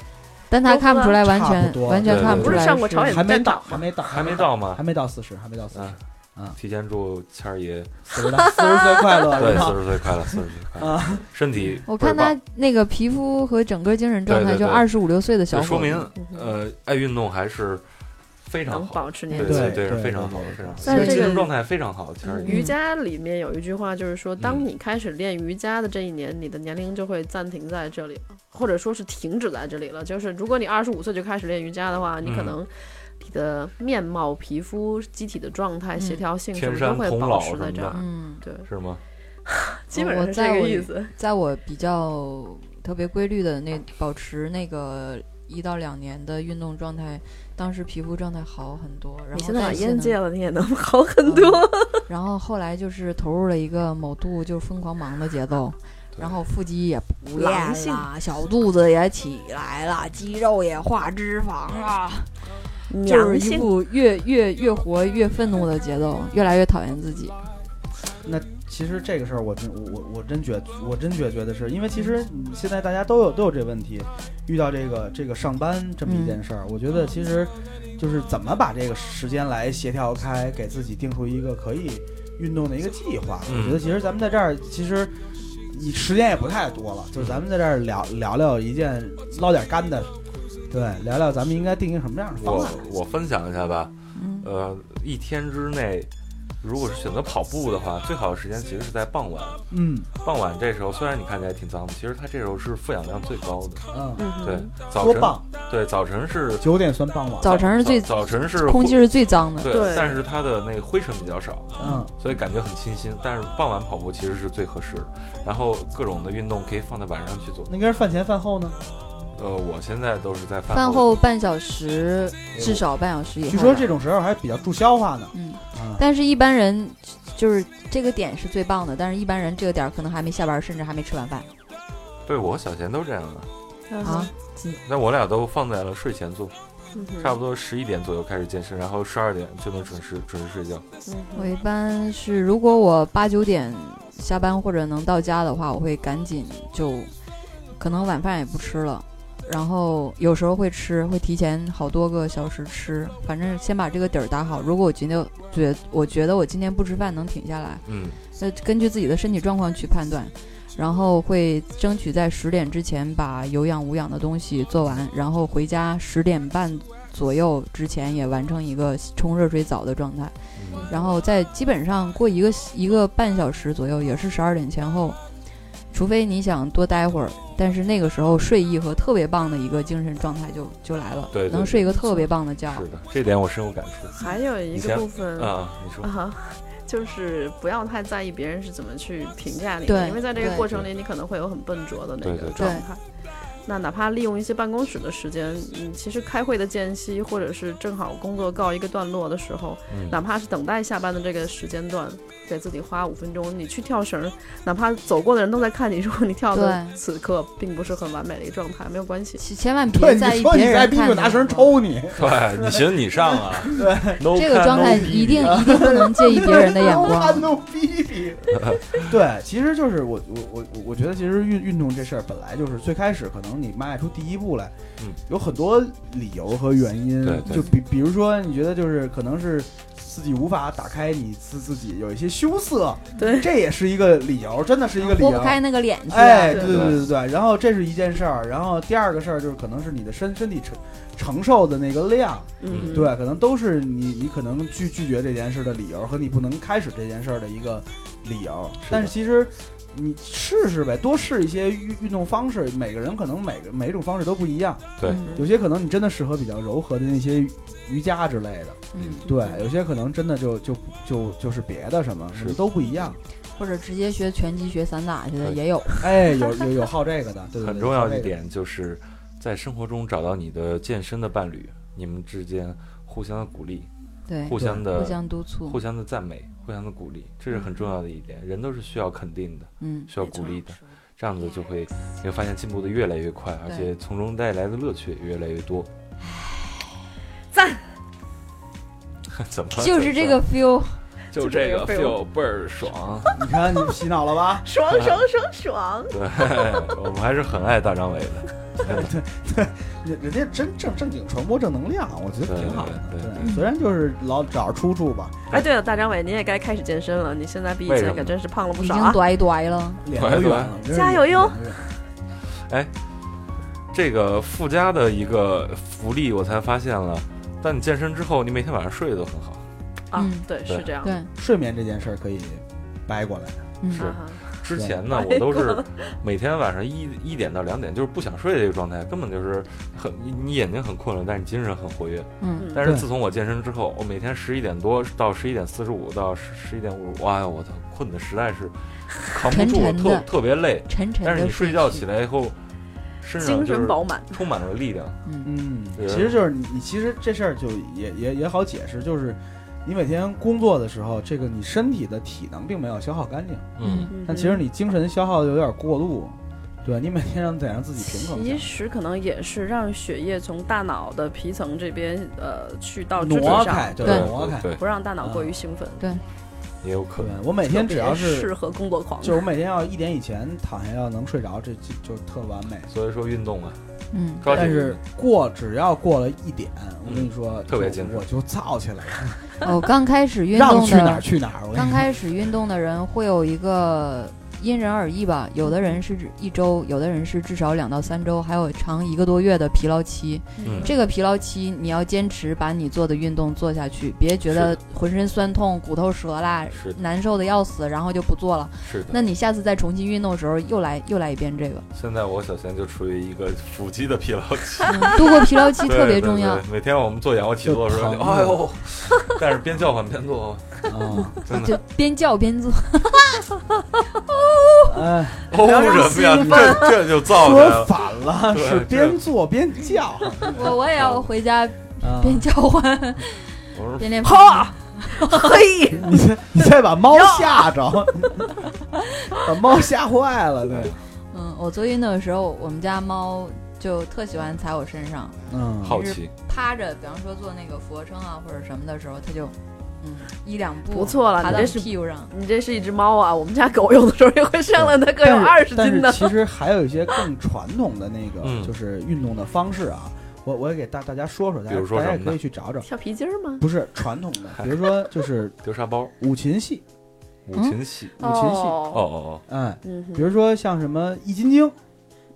H: 但他看不出来，完
D: 差
H: 全
D: 不多
H: 完全
G: 对
H: 看不
G: 对
H: 出来。
E: 不是上过朝
G: 哎
E: 鲜
D: 还没
E: 站
D: 到，
E: 长
D: 还没到，
G: 啊还没到吗
D: 还？没到四十，还没到四十
G: 嗯，提前祝谦儿爷
D: 四十大 四十岁快乐，
G: 对
D: 是吧
G: 四十岁快乐，四十岁快乐，
D: 啊，
G: 身体
H: 我看
G: 倍儿
H: 他
G: 棒
H: 那个皮肤和整个精神状态，
G: 对对
H: 就
G: 对
H: 二十五六岁的小
G: 这
H: 伙子，
G: 说明
E: 嗯
G: 呃爱运动还是非常
E: 能
G: 好
E: 保持年
G: 对
E: 轻。
G: 对
D: 对
G: 是
D: 对
G: 非常好
D: 对，
G: 非常好。
E: 但是这
G: 精
E: 个
G: 神状态非常好，谦儿爷
E: 瑜伽里面有一句话，就是说，
G: 嗯
E: 当你开始练瑜伽的这一年，你的年龄就会暂停在这里了，或者说是停止在这里了。就是如果你二十五岁就开始练瑜伽的话，你可
G: 嗯
E: 能你的面貌、皮肤、机体的状态、
H: 嗯
E: 协调性什
G: 天
E: 么都
G: 山
E: 会
G: 童
E: 保
G: 姥
E: 持
G: 什
E: 在
G: 么
E: 这儿。
G: 的，
H: 嗯，
E: 对，
G: 是吗？
E: 基本上
H: 我
E: 是
H: 在
E: 这个
H: 我
E: 意思。
H: 在我比较特别规律的那保持那个一到两年的运动状态，当时皮肤状态好很多。然后
E: 你现在把
H: 代谢
E: 烟
H: 能
E: 戒了，你也能 好很多。
H: 嗯然后后来就是投入了一个某度就疯狂忙的节奏，
G: 对
H: 然后腹肌也不练
E: 狼性
H: 了，小肚子也起来了，肌肉也化脂肪了，
G: 嗯
H: 就
E: 娘
H: 是一
E: 嗯性
H: 副越越越活越愤怒的节奏，越来越讨厌自己。
D: 那其实这个事儿，我真我我我真觉我真觉觉得是因为其实嗯现在大家都有都有这问题，遇到这个这个上班这么一件事儿，我觉得其实就是怎么把这个时间来协调开，给自己定出一个可以运动的一个计划。
G: 嗯
D: 我觉得其实咱们在这儿其实。你时间也不太多了，就是咱们在这儿聊聊聊一件捞点干的，对，聊聊咱们应该定一个什么样的嗯方
G: 我
D: 案。
G: 我分享一下吧，
H: 嗯，
G: 呃，一天之内，如果是选择跑步的话，最好的时间其实是在傍晚。
D: 嗯
G: 傍晚这时候，虽然你看起来挺脏的，其实它这时候是负氧量最高的。
D: 嗯，
G: 对，早
D: 多
G: 晨
D: 棒！
G: 对早晨是
D: 九点算傍晚。
H: 早晨是最
G: 早晨是
H: 空气是最脏的，
G: 对，
E: 对
G: 但是它的那个灰尘比较少，
D: 嗯，
G: 所以感觉很清新。但是傍晚跑步其实是最合适的，然后各种的运动可以放在晚上去做。
D: 那跟饭前饭后呢？
G: 呃，我现在都是在饭
H: 饭
G: 后
H: 后半小时至少半小时以后吧。
D: 据说这种时候还比较助消化呢。
H: 嗯，
G: 啊
D: 嗯，
H: 但是一般人就是这个点是最棒的，但是一般人这个点儿可能还没下班，甚至还没吃晚饭
G: 对我小贤都这样的，
H: 啊。
G: 但我俩都放在了睡前做，
E: 嗯哼
G: 差不多十一点左右开始健身，然后十二点就能准时准时睡觉。
E: 嗯
H: 我
E: 哼
H: 一般是，如果我八九点下班或者能到家的话，我会赶紧就，可能晚饭也不吃了，然后有时候会吃，会提前好多个小时吃，反正先把这个底儿打好。如果我今天觉我觉得我今天不吃饭能挺下来，
G: 嗯，
H: 那根据自己的身体状况去判断，然后会争取在十点之前把有氧无氧的东西做完，然后回家十点半左右之前也完成一个冲热水澡的状态。
G: 嗯
H: 然后在基本上过一个一个半小时左右，也是十二点前后，除非你想多待会儿，但是那个时候睡意和特别棒的一个精神状态就就来了，
G: 对对
H: 能
G: 对
H: 睡一个特别棒的觉。
G: 是的，这点我深有感触。
E: 还有一
G: 以
E: 个
G: 前
E: 部分
G: 啊，你说，
E: 啊， 就是不要太在意别人是怎么去评价你的，
H: 对
E: 因为在这个
H: 对
E: 过程里，你可能会有很笨拙的那
G: 对
E: 个
G: 对
E: 状态。那哪怕利用一些办公室的时间，嗯，其实开会的间隙，或者是正好工作告一个段落的时候，
G: 嗯
E: 哪怕是等待下班的这个时间段，给自己花五分钟，你去跳绳，哪怕走过的人都在看你，如果你跳的
H: 对
E: 此刻并不是很完美的一个状态，没有关系。
H: 千千万别
D: 对，
H: 在
D: 你
H: 意
D: 说你
H: 别
D: 在
H: 人
D: 逼
H: 看
D: 我
H: 的
D: 拿绳抽 你，
G: 对，你行你上啊，对
H: 这个状态，一定
G: 啊
H: 一定不能介意别人 的眼光。
D: no 逼逼。对，其实就是我我我我我觉得，其实运运动这事儿本来就是最开始可能你迈出第一步来，
G: 嗯
D: 有很多理由和原因，
G: 对对
D: 就比比如说你觉得就是可能是。自己无法打开你自自己有一些羞涩，
E: 对
D: 这也是一个理由，真的是一个理
H: 拨
D: 由
H: 不。开那个脸去啊，
D: 哎，对
E: 对
D: 对
G: 对
D: 对对对。然后这是一件事儿，然后第二个事儿就是可能是你的身身体承承受的那个量，
E: 嗯，
D: 对，可能都是你你可能拒拒绝这件事的理由和你不能开始这件事儿的一个理由。
G: 的
D: 但是其实你试试呗，多试一些运运动方式，每个人可能每个每一种方式都不一样。
G: 对
E: 嗯
H: 嗯
D: 有些可能你真的适合比较柔和的那些瑜伽之类的，
H: 嗯，
D: 对，有些可能真的就就就就是别的什么什么
G: 是
D: 都不一 样。
H: 或者直接学拳击、学散打去的
G: 对
H: 也有。
D: 哎，有有有好这个的，对对对，
G: 很重要
D: 好这
G: 一
D: 个
G: 点就是在生活中找到你的健身的伴侣，你们之间互相的鼓励，
H: 对，
G: 互相
H: 互
G: 的
H: 相督促
G: 互，相的赞美，互相的鼓励，这是很重要的一点。人都是需要肯定的，
H: 嗯，
G: 需要鼓励的，这样子就会你会发现进步的越来越快，而
H: 对
G: 且从中带来的乐趣也越来越多。
E: 赞！
G: 怎么
H: 就是这个，feel。
G: 啊就
E: 这
G: 这
E: 个
G: 个
E: feel
G: feel 倍儿爽。
D: 你看你们洗脑了吧？
E: 爽爽爽爽！
G: 对，我们还是很爱大张伟的。
D: 人人家真正正经传播正能量，我觉得挺好的。
G: 对对
D: 对，虽然就是老找着出处吧，
E: 哎，对了，大张伟，你也该开始健身了，你现在比以
G: 为什
E: 前
G: 么
E: 可真是胖了不
H: 已
E: 少
H: 经
E: 啊！
H: 短一短了，
D: 脸都圆了。真是
E: 加油哟！
G: 这个附加的一个福利，我才发现了。但你健身之后，你每天晚上睡得都很好。
E: 啊
H: 嗯，
E: 对，是这样。
H: 对，
D: 睡眠这件事儿可以掰过来，
H: 嗯，
G: 是
E: 啊哈
G: 之前呢，我都是每天晚上一一点到两点，就是不想睡的一个状态，根本就是很你你眼睛很困了，但是你精神很活跃。
H: 嗯，
G: 但是
D: 对
G: 自从我健身之后，我每天十一点多到十一点四十五到十一点五十五，哎呦我操，困的实在是扛不住，
H: 沉沉
G: 特
H: 的
G: 特别累。
H: 沉沉的。
G: 但是你睡觉起，来以后，身上
E: 精
G: 就是
E: 神饱满，
G: 充满了力量。
H: 嗯，
D: 嗯，
G: 对
D: 其实就是你，你其实这事儿就也也也好解释，就是你每天工作的时候，这个你身体的体能并没有消耗干净，
G: 嗯，
E: 嗯
D: 但其实你精神消耗的有点过度，对你每天让得让自己平衡一下
E: 嗯其。实可能也是让血液从大脑的皮层这边呃去到肢体
D: 挪开，
E: 上，
D: 对
H: 对
D: 挪开。
G: 对，
E: 不让大脑过于兴奋。
G: 也有可
D: 对
G: 能。
D: 我每天只要
E: 特别
D: 是
E: 适，合工作狂，
D: 就是我每天要一点以前躺下要能睡着，这就就特完美。
G: 所以说运动啊，
H: 嗯，
G: 抓紧
D: 但是过只要过了一点，我跟你说，
G: 嗯特别精
D: 就
G: 神
D: 我就燥起来了，
H: 哦，刚开始运
D: 让
H: 动
D: 去哪儿
H: 的，
D: 去哪儿。我跟
H: 刚
D: 你说，
H: 开始运动的人会有一个因人而异吧，有的人是一周，有的人是至少两到三周，还有长一个多月的疲劳期。
G: 嗯
H: 这个疲劳期，你要坚持把你做的运动做下去，别觉
G: 是
H: 得浑身酸痛、骨头折啦
G: 是的、
H: 难受的要死，然后就不做了。
G: 是的。
H: 那你下次再重新运动的时候，又来又来一遍这个。
G: 现在我小贤就处于一个腹肌的疲劳期，
H: 嗯度过疲劳期特别
G: 对对
H: 重要
G: 对。每天我们做仰卧起坐的时候，
D: 就
G: 就
D: 疼
G: 哎呦，但是边叫唤边 做，哦
D: 啊，
G: 真
H: 就
G: 的。
H: 边叫边做，
D: 哎，
G: 哦什么呀？你这这就造起
D: 说
G: 来了。
D: 反了，
G: 对
D: 是
G: 这
D: 边做边叫。
H: 我我也要回家
D: 啊
H: 边叫唤
G: 我说
H: 边练。
E: 哈，嘿，
D: 你再你再把猫吓着， 把猫吓坏了。对，
H: 嗯，我做运动的时候，我们家猫就特喜欢踩我身上，
D: 嗯，
G: 好奇，
H: 趴着，比方说做那个俯卧撑啊或者什么的时候，它就嗯一两步
E: 不错了，
H: 爬
E: 你
H: 到
E: 这
H: 你
E: 是
H: 屁股上。
E: 你这是一只猫啊！我们家狗有的时候也会上来，它各有
D: 但是
E: 二十
D: 但
E: 斤
D: 是
E: 的。
D: 其实还有一些更传统的那个，
G: 嗯
D: 就是运动的方式啊。我我也给大大家说说，大
G: 比
D: 家
G: 如说
D: 大家
G: 什
D: 也
G: 么
D: 可以
G: 呢
D: 去找找，
E: 跳皮筋儿吗？
D: 不是传统 的，比如说就是
G: 丢沙包、
D: 五禽戏，
G: 五禽戏。
D: 五禽戏，
G: 嗯哦，哦
D: 哎，
E: 嗯哼，
D: 比如说像什么易筋经、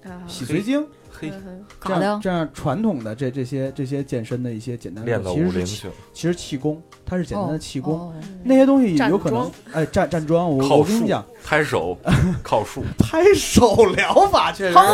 G: 嗯
E: 啊
D: 洗髓经
G: 哦，嘿，
E: 嗯哼
D: 这
H: 搞
D: 样
H: 的
D: 这样传统的这这些这些健身的一些简单
G: 练
D: 的
G: 到
D: 动作，
G: 五
D: 其
G: 零
D: 实是
G: 去了。
D: 其实气功，它是简单的气功，
H: 哦，
D: 那些东西
E: 站
D: 有可能
E: 桩
D: 哎站站桩，我
G: 靠
D: 我跟你
G: 树
D: 讲，、
G: 拍手、靠树，
D: 拍手 疗法确实是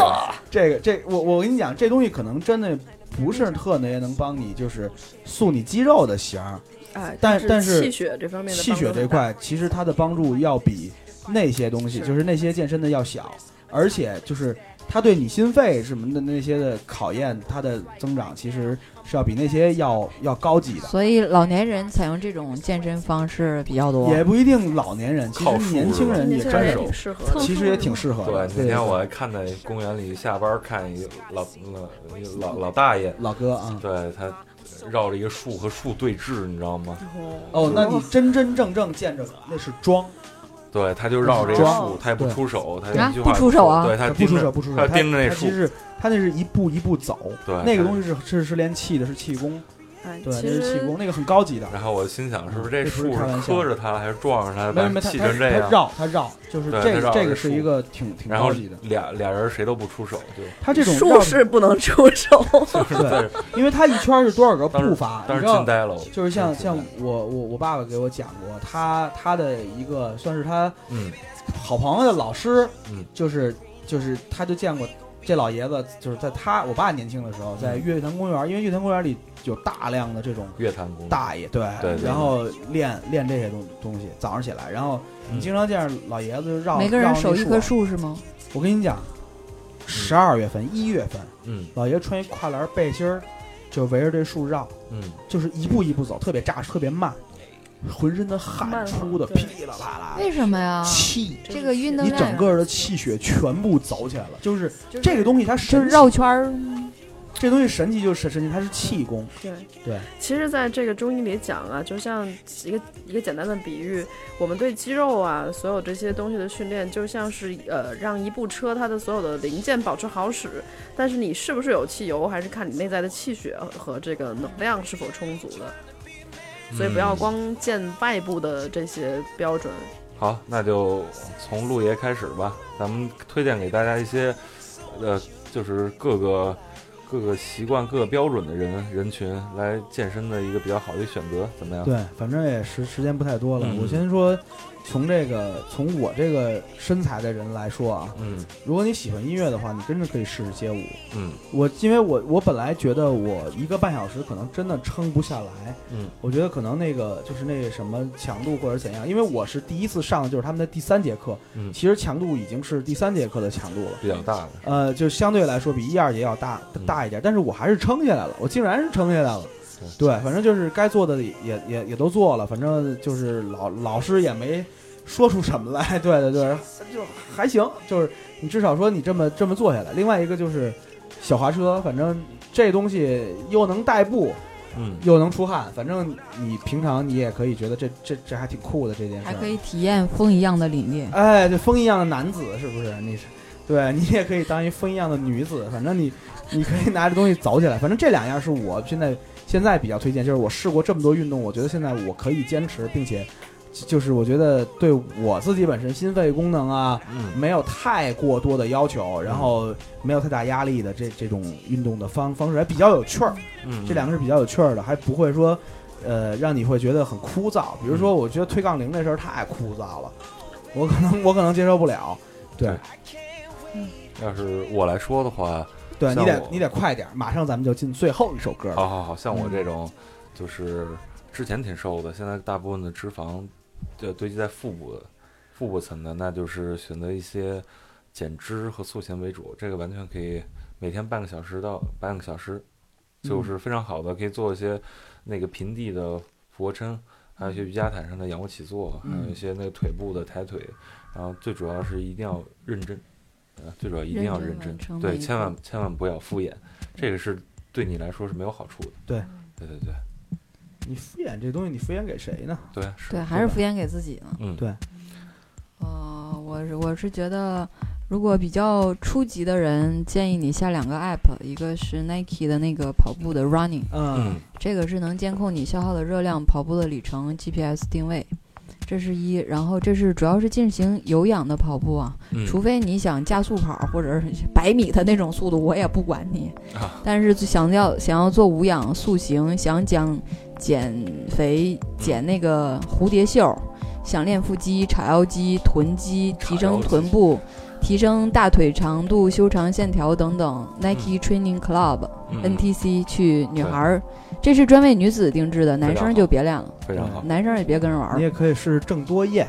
D: 这个这我我跟你讲，这东西可能真的不是特别能帮你就是塑你肌肉的形儿，
E: 哎，
D: 但但是
E: 气血这方面的
D: 气血这块，其实它的帮助要比那些东西，
E: 是
D: 就是那些健身的要小，而且就是它对你心肺什么的那些的考验，它的增长其实是要比那些要要高级的。
H: 所以老年人采用这种健身方式比较多。
D: 也不一定老年人，其
G: 靠
D: 实
G: 数
D: 年轻人
E: 年
D: 也
E: 轻
D: 真
E: 人也
D: 是，
E: 挺适合
F: 蹭
E: 的。
D: 其实也挺适合的。
G: 对，那天我还看在公园里下班看一个老老一个老老大爷，
D: 老哥啊，
G: 对他绕着一个树和树对峙，你知道吗？
D: 哦，那你真真正正见着那是装，
G: 对，他就绕着这个
D: 装
G: 树，他也不
D: 对
G: 出手，他
H: 啊
G: 一句话
H: 不出手啊
G: 对他
D: 不
G: 盯
D: 出
G: 着
D: 手，不出
G: 他
D: 手，
G: 盯着那
D: 他
G: 树哎
D: 其，实他那是一步一步走，
G: 对
D: 那个
G: 他
D: 东西是是是练气的，是气功，
E: 哎，
D: 对，
E: 其
D: 那是气
E: 实
D: 功，那个很高级的。
G: 然后我心想，是不是
D: 这
G: 这
D: 不是
G: 树
D: 开玩
G: 是
D: 笑
G: 磕着他了，还是撞着他，
D: 没
G: 把
D: 有没有，他
G: 气
D: 他
G: 成这
D: 他
G: 样？
D: 绕他绕，就是
G: 对
D: 这
G: 他
D: 个
G: 绕
D: 这个
G: 着
D: 是
G: 树
D: 一个挺挺
G: 然后
D: 高级的。
G: 俩俩人谁都不出手，就
D: 他这种绕
E: 术是不能出手，
G: 就是在
D: 因为他一圈是多少个
G: 当时
D: 步伐？你
G: 当
D: 知
G: 时
D: 道
G: 惊，呆了，我
D: 就是像
G: 真惊呆
D: 像我我我爸爸给我讲过，他他的一个算是他
G: 嗯
D: 好朋友的老师，
G: 嗯
D: 就是就是他就见过这老爷子，就是在他我爸年轻的时候，
G: 嗯
D: 在月坛公园，因为月坛公园里有大量的这种
G: 乐坛公园
D: 大爷，对，
G: 对对
D: 然后练练这些东东西，早上起来，然后你
G: 嗯
D: 经常见着老爷子就绕
H: 每个人
D: 绕那
H: 手一棵
D: 啊
H: 树是吗？
D: 我跟你讲，十二月份、一月份，
G: 嗯
D: 老爷穿一跨栏背心儿，就围着这树绕，
G: 嗯，
D: 就是一步一步走，特别扎实，特别慢，浑身的汗
E: 慢活
D: 出的
E: 对
D: 噼里啪啦
H: 为什么呀
D: 的，？气，
H: 这个运动
D: 你
H: 量，
D: 整个的气血全部走起来了。就是
H: 啊就是
D: 这个东西它
H: 就
D: 神
H: 是
D: 奇，
H: 绕圈儿，
D: 这东西神奇就是神奇，它是气功。
E: 对
D: 对。
E: 其实，在这个中医里讲啊，就像一个一个简单的比喻，我们对肌肉啊，所有这些东西的训练，就像是呃，让一部车它的所有的零件保持好使。但是你是不是有汽油，还是看你内在的气血和这个能量是否充足的。所以不要
G: 嗯
E: 光见外部的这些标准，
G: 好，那就从陆爷开始吧，咱们推荐给大家一些，呃，就是各个各个习惯、各个标准的人人群来健身的一个比较好的选择，怎么样？
D: 对，反正也时时间不太多了，
G: 嗯
D: 我先说。从这个从我这个身材的人来说啊，
G: 嗯
D: 如果你喜欢音乐的话，你真的可以试试街舞。
G: 嗯
D: 我因为我我本来觉得我一个半小时可能真的撑不下来，
G: 嗯，
D: 我觉得可能那个就是那什么强度或者怎样，因为我是第一次上的就是他们的第三节课，
G: 嗯
D: 其实强度已经是第三节课的强度了，
G: 比较大的，
D: 呃，就相对来说比一二节要大
G: 嗯
D: 大一点，但是我还是撑下来了，我竟然是撑下来了。对，反正就是该做的也也也也都做了，反正就是老老师也没说出什么来， 对对对，就还行，就是你至少说你这么这么做下来。另外一个就是小滑车，反正这东西又能代步
G: 嗯，
D: 又能出汗，反正你平常你也可以觉得这这这还挺酷的这件事
H: 还
D: 儿，
H: 可以体验风一样的领地。
D: 哎，这风一样的男子是不是？你是对你也可以当一风一样的女子，反正你你可以拿着东西走起来。反正这两样是我现在现在比较推荐，就是我试过这么多运动，我觉得现在我可以坚持，并且就就是我觉得对我自己本身心肺功能啊
G: 嗯
D: 没有太过多的要求，然后没有太大压力的这这种运动的方方式还比较有趣儿。
G: 嗯，
D: 这两个是比较有趣儿的，还不会说，呃，让你会觉得很枯燥。比如
G: 嗯
D: 说，我觉得推杠铃这事儿太枯燥了，我可能我可能接受不了。对，
G: 要是我来说的话，
D: 对你
G: 像
D: 得
G: 我
D: 你得快点儿，马上咱们就进最后一首歌了。
G: 好好好，像我这种就是之前挺瘦的，现在大部分的脂肪就堆积在腹部腹部层的，那就是选择一些减脂和塑形为主，这个完全可以每天半个小时到半个小时，就是非常好的，可以做一些那个平地的俯卧撑，还有一些瑜伽毯上的仰卧起坐，还有一些那个腿部的抬腿，然后最主要是一定要认真。呃，最主要一定要
H: 认
G: 认
H: 真
G: 真，
H: 完成每
G: 对，
H: 一
G: 千
H: 步
G: 万千万不要敷衍，这个是对你来说是没有好处的。
D: 对，
G: 对对对
D: 你敷衍这东西，你敷衍给谁呢？
G: 对啊，是
H: 对，还是敷衍给自己呢。
G: 嗯
D: 对
H: 呃，我是我是觉得，如果比较初级的人，建议你下两个 app，一个是 Nike 的那个跑步的 Running，
D: 嗯
G: 嗯
H: 这个是能监控你消耗的热量、跑步的里程、GPS 定位，这是一。然后这是主要是进行有氧的跑步啊，
G: 嗯
H: 除非你想加速跑或者是百米的那种速度，我也不管你。
G: 啊
H: 但是想要想要做无氧塑形，想讲减肥减那个蝴蝶袖，想练腹肌、叉腰肌、臀肌，
G: 叉
H: 提
G: 腰
H: 升
G: 肌
H: 臀部。提升大腿长度、修长线条等等，Nike Training Club、
G: 嗯
H: NTC 去女孩儿，这是专为女子定制的，男生就别练了，
G: 非常好，
H: 男生
G: 嗯
H: 也别跟着玩
D: 你
H: 儿，
D: 也可以试试郑多燕，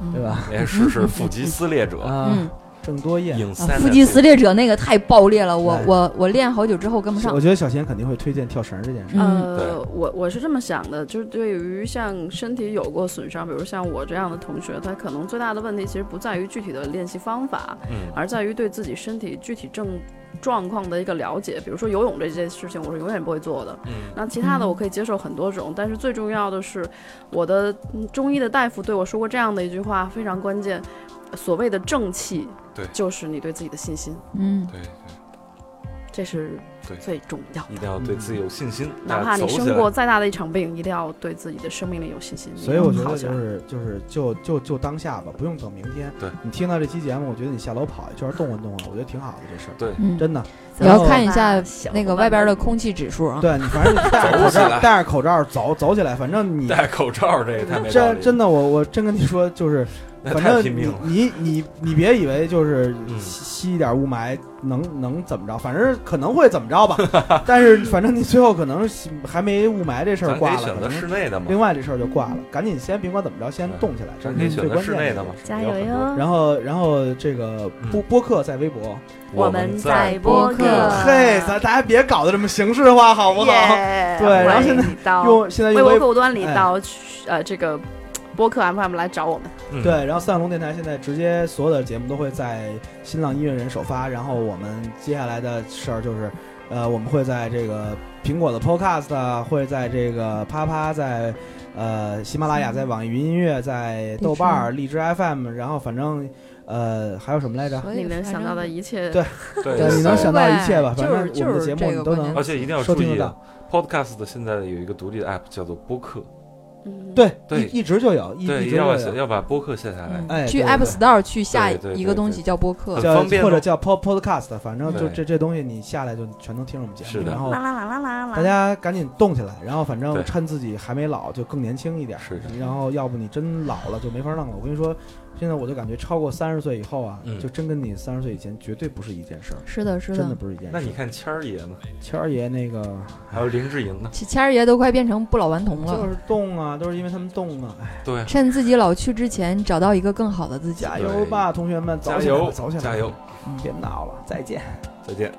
H: 嗯
G: 哎
D: 对？吧？
G: 也试试腹肌撕裂者，
D: 啊
H: 嗯，
D: 郑多燕。
G: 影
H: 啊，腹肌撕裂者那个太爆裂了，我
D: 对
H: 我我练好久之后跟不上
D: 我。觉得小贤肯定会推荐跳绳这件事。
H: 嗯，
E: 呃，我我是这么想的，就是对于像身体有过损伤，比如像我这样的同学，他可能最大的问题其实不在于具体的练习方法，
G: 嗯
E: 而在于对自己身体具体症状况的一个了解。比如说游泳这件事情，我是永远不会做的。
G: 嗯
E: 那其他的我可以接受很多种，但是最重要的是，我的嗯中医的大夫对我说过这样的一句话，非常关键。所谓的正气，
G: 对
E: 就是你对自己的信心，
H: 嗯，
G: 对
E: 这是
G: 对
E: 最重要的
G: 对，一。定要对自己有信心，
E: 嗯哪怕你
G: 走起
E: 生
G: 来
E: 过再大的一场病，一定要对自己的生命力有信
H: 嗯
E: 心。
D: 所以我觉
E: 好
D: 得
E: 起
D: 就
E: 来
D: 是就是就就就当下吧，不用等明天。
G: 对
D: 你听到这期节目，我觉得你下楼跑一圈动一动啊，我觉得挺好的这事儿，
G: 对
H: 嗯
D: 真的。
H: 你
D: 然
H: 要
D: 后
H: 看一下
E: 小
H: 那个
E: 慢
H: 外边
E: 慢
H: 的空气指数啊。
D: 对你反正戴着口
G: 走起
D: 罩，
G: 来
D: 戴着口罩走走起来，反正你
G: 戴口罩这个太没道理
D: 真
G: 了，
D: 真的我我真跟你说，就是
G: 那
D: 反
G: 太
D: 正
G: 拼
D: 你
G: 命了。
D: 你你你别以为就是
G: 嗯
D: 吸吸一点雾霾能能怎么着，反正可能会怎么着吧。 但是反正你最后可能是还没雾霾这事儿
G: 咱可
D: 挂
G: 以
D: 了，
G: 选
D: 可
G: 择
D: 能
G: 室内的嘛，
D: 另外这事儿就挂了。赶紧先甭管怎么着，先
G: 嗯
D: 动起来，这
G: 咱可以
D: 是
G: 选
D: 最
G: 择
D: 关
G: 室
D: 键
G: 内嗯
D: 的
G: 嘛。。
E: 加油
G: 有很多！
E: 哟！
D: 然后，然后这个播播客在微博，
E: 我们在播客啊
D: 嘿，咱大家别搞得这么形式化，好不好？
E: 耶
D: 对然后
E: 欢
D: 现在
E: 迎你到
D: 用现在
E: 微
D: 用
E: 博
D: 微
E: 客户端里
D: 哎
E: 到去呃这个播客 FM 来找我们。
G: 嗯，
D: 对，然后三角龙电台现在直接所有的节目都会在新浪音乐人首发，然后我们接下来的事儿就是，呃，我们会在这个呃苹果的 Podcast，啊会在这个啪啪，在呃喜马拉雅，在网易云音乐，在豆瓣
G: 嗯
D: 儿、荔枝 FM，然后反正呃还有什么来着？
H: 所以
E: 你能
H: 反
E: 想到
H: 正
E: 的一切，
D: 对
G: 对
D: 对，你能想到一切吧，
H: 对
D: 反正我们的节
H: 就是
D: 目
H: 就是这个
D: 你都
H: 关
D: 能
H: 键
G: 而且一定要
D: 收
G: 注
D: 听得
G: 意啊
D: 到。
G: Podcast 现在有一个独立的 app 叫做播客，
E: 嗯，
D: 对
G: 对
D: 一一直就有，一
G: 对，
D: 一
G: 一
D: 直
G: 定要
D: 就有。
G: 要把播客下下来。
D: 哎
H: 去
D: 对
H: App
D: 对
H: Store 去下
G: 对对对
H: 一个东西
G: 对
H: 叫播客。
G: 很
D: 叫
G: 方便
D: 或
G: 的
D: 者叫 pod podcast，反正就
G: 对
D: 这这东西你下来就全能听我们节
G: 是
D: 目，
G: 的
D: 然后
E: 啦啦啦啦啦
H: 啊
E: 啦，
D: 大家赶紧动起来，然后反正
G: 对
D: 趁自己还没老，就更年轻一点。
G: 是的
D: 然后要不你真老了就没法弄了。我跟你说，现在我就感觉超过三十岁以后啊，
G: 嗯
D: 就真跟你三十岁以前绝对 不是一件事儿，
H: 是的，是
D: 真的
H: 的，
D: 不是一件事
G: 那
D: 儿。
G: 你看谦儿爷呢，
D: 谦儿爷那个
G: 还有林志颖呢，
H: 谦谦儿爷都快变成不老顽童
D: 就
H: 了。
D: 是动啊，都是因为他们动啊。哎，
G: 对啊，
H: 趁自己老去之前，找到一个更好的自己。
D: 加油吧，同学们，
G: 加
D: 早起来吧
G: 油，
D: 早起来吧，
G: 加油，
D: 别闹了，再见。
G: 再见。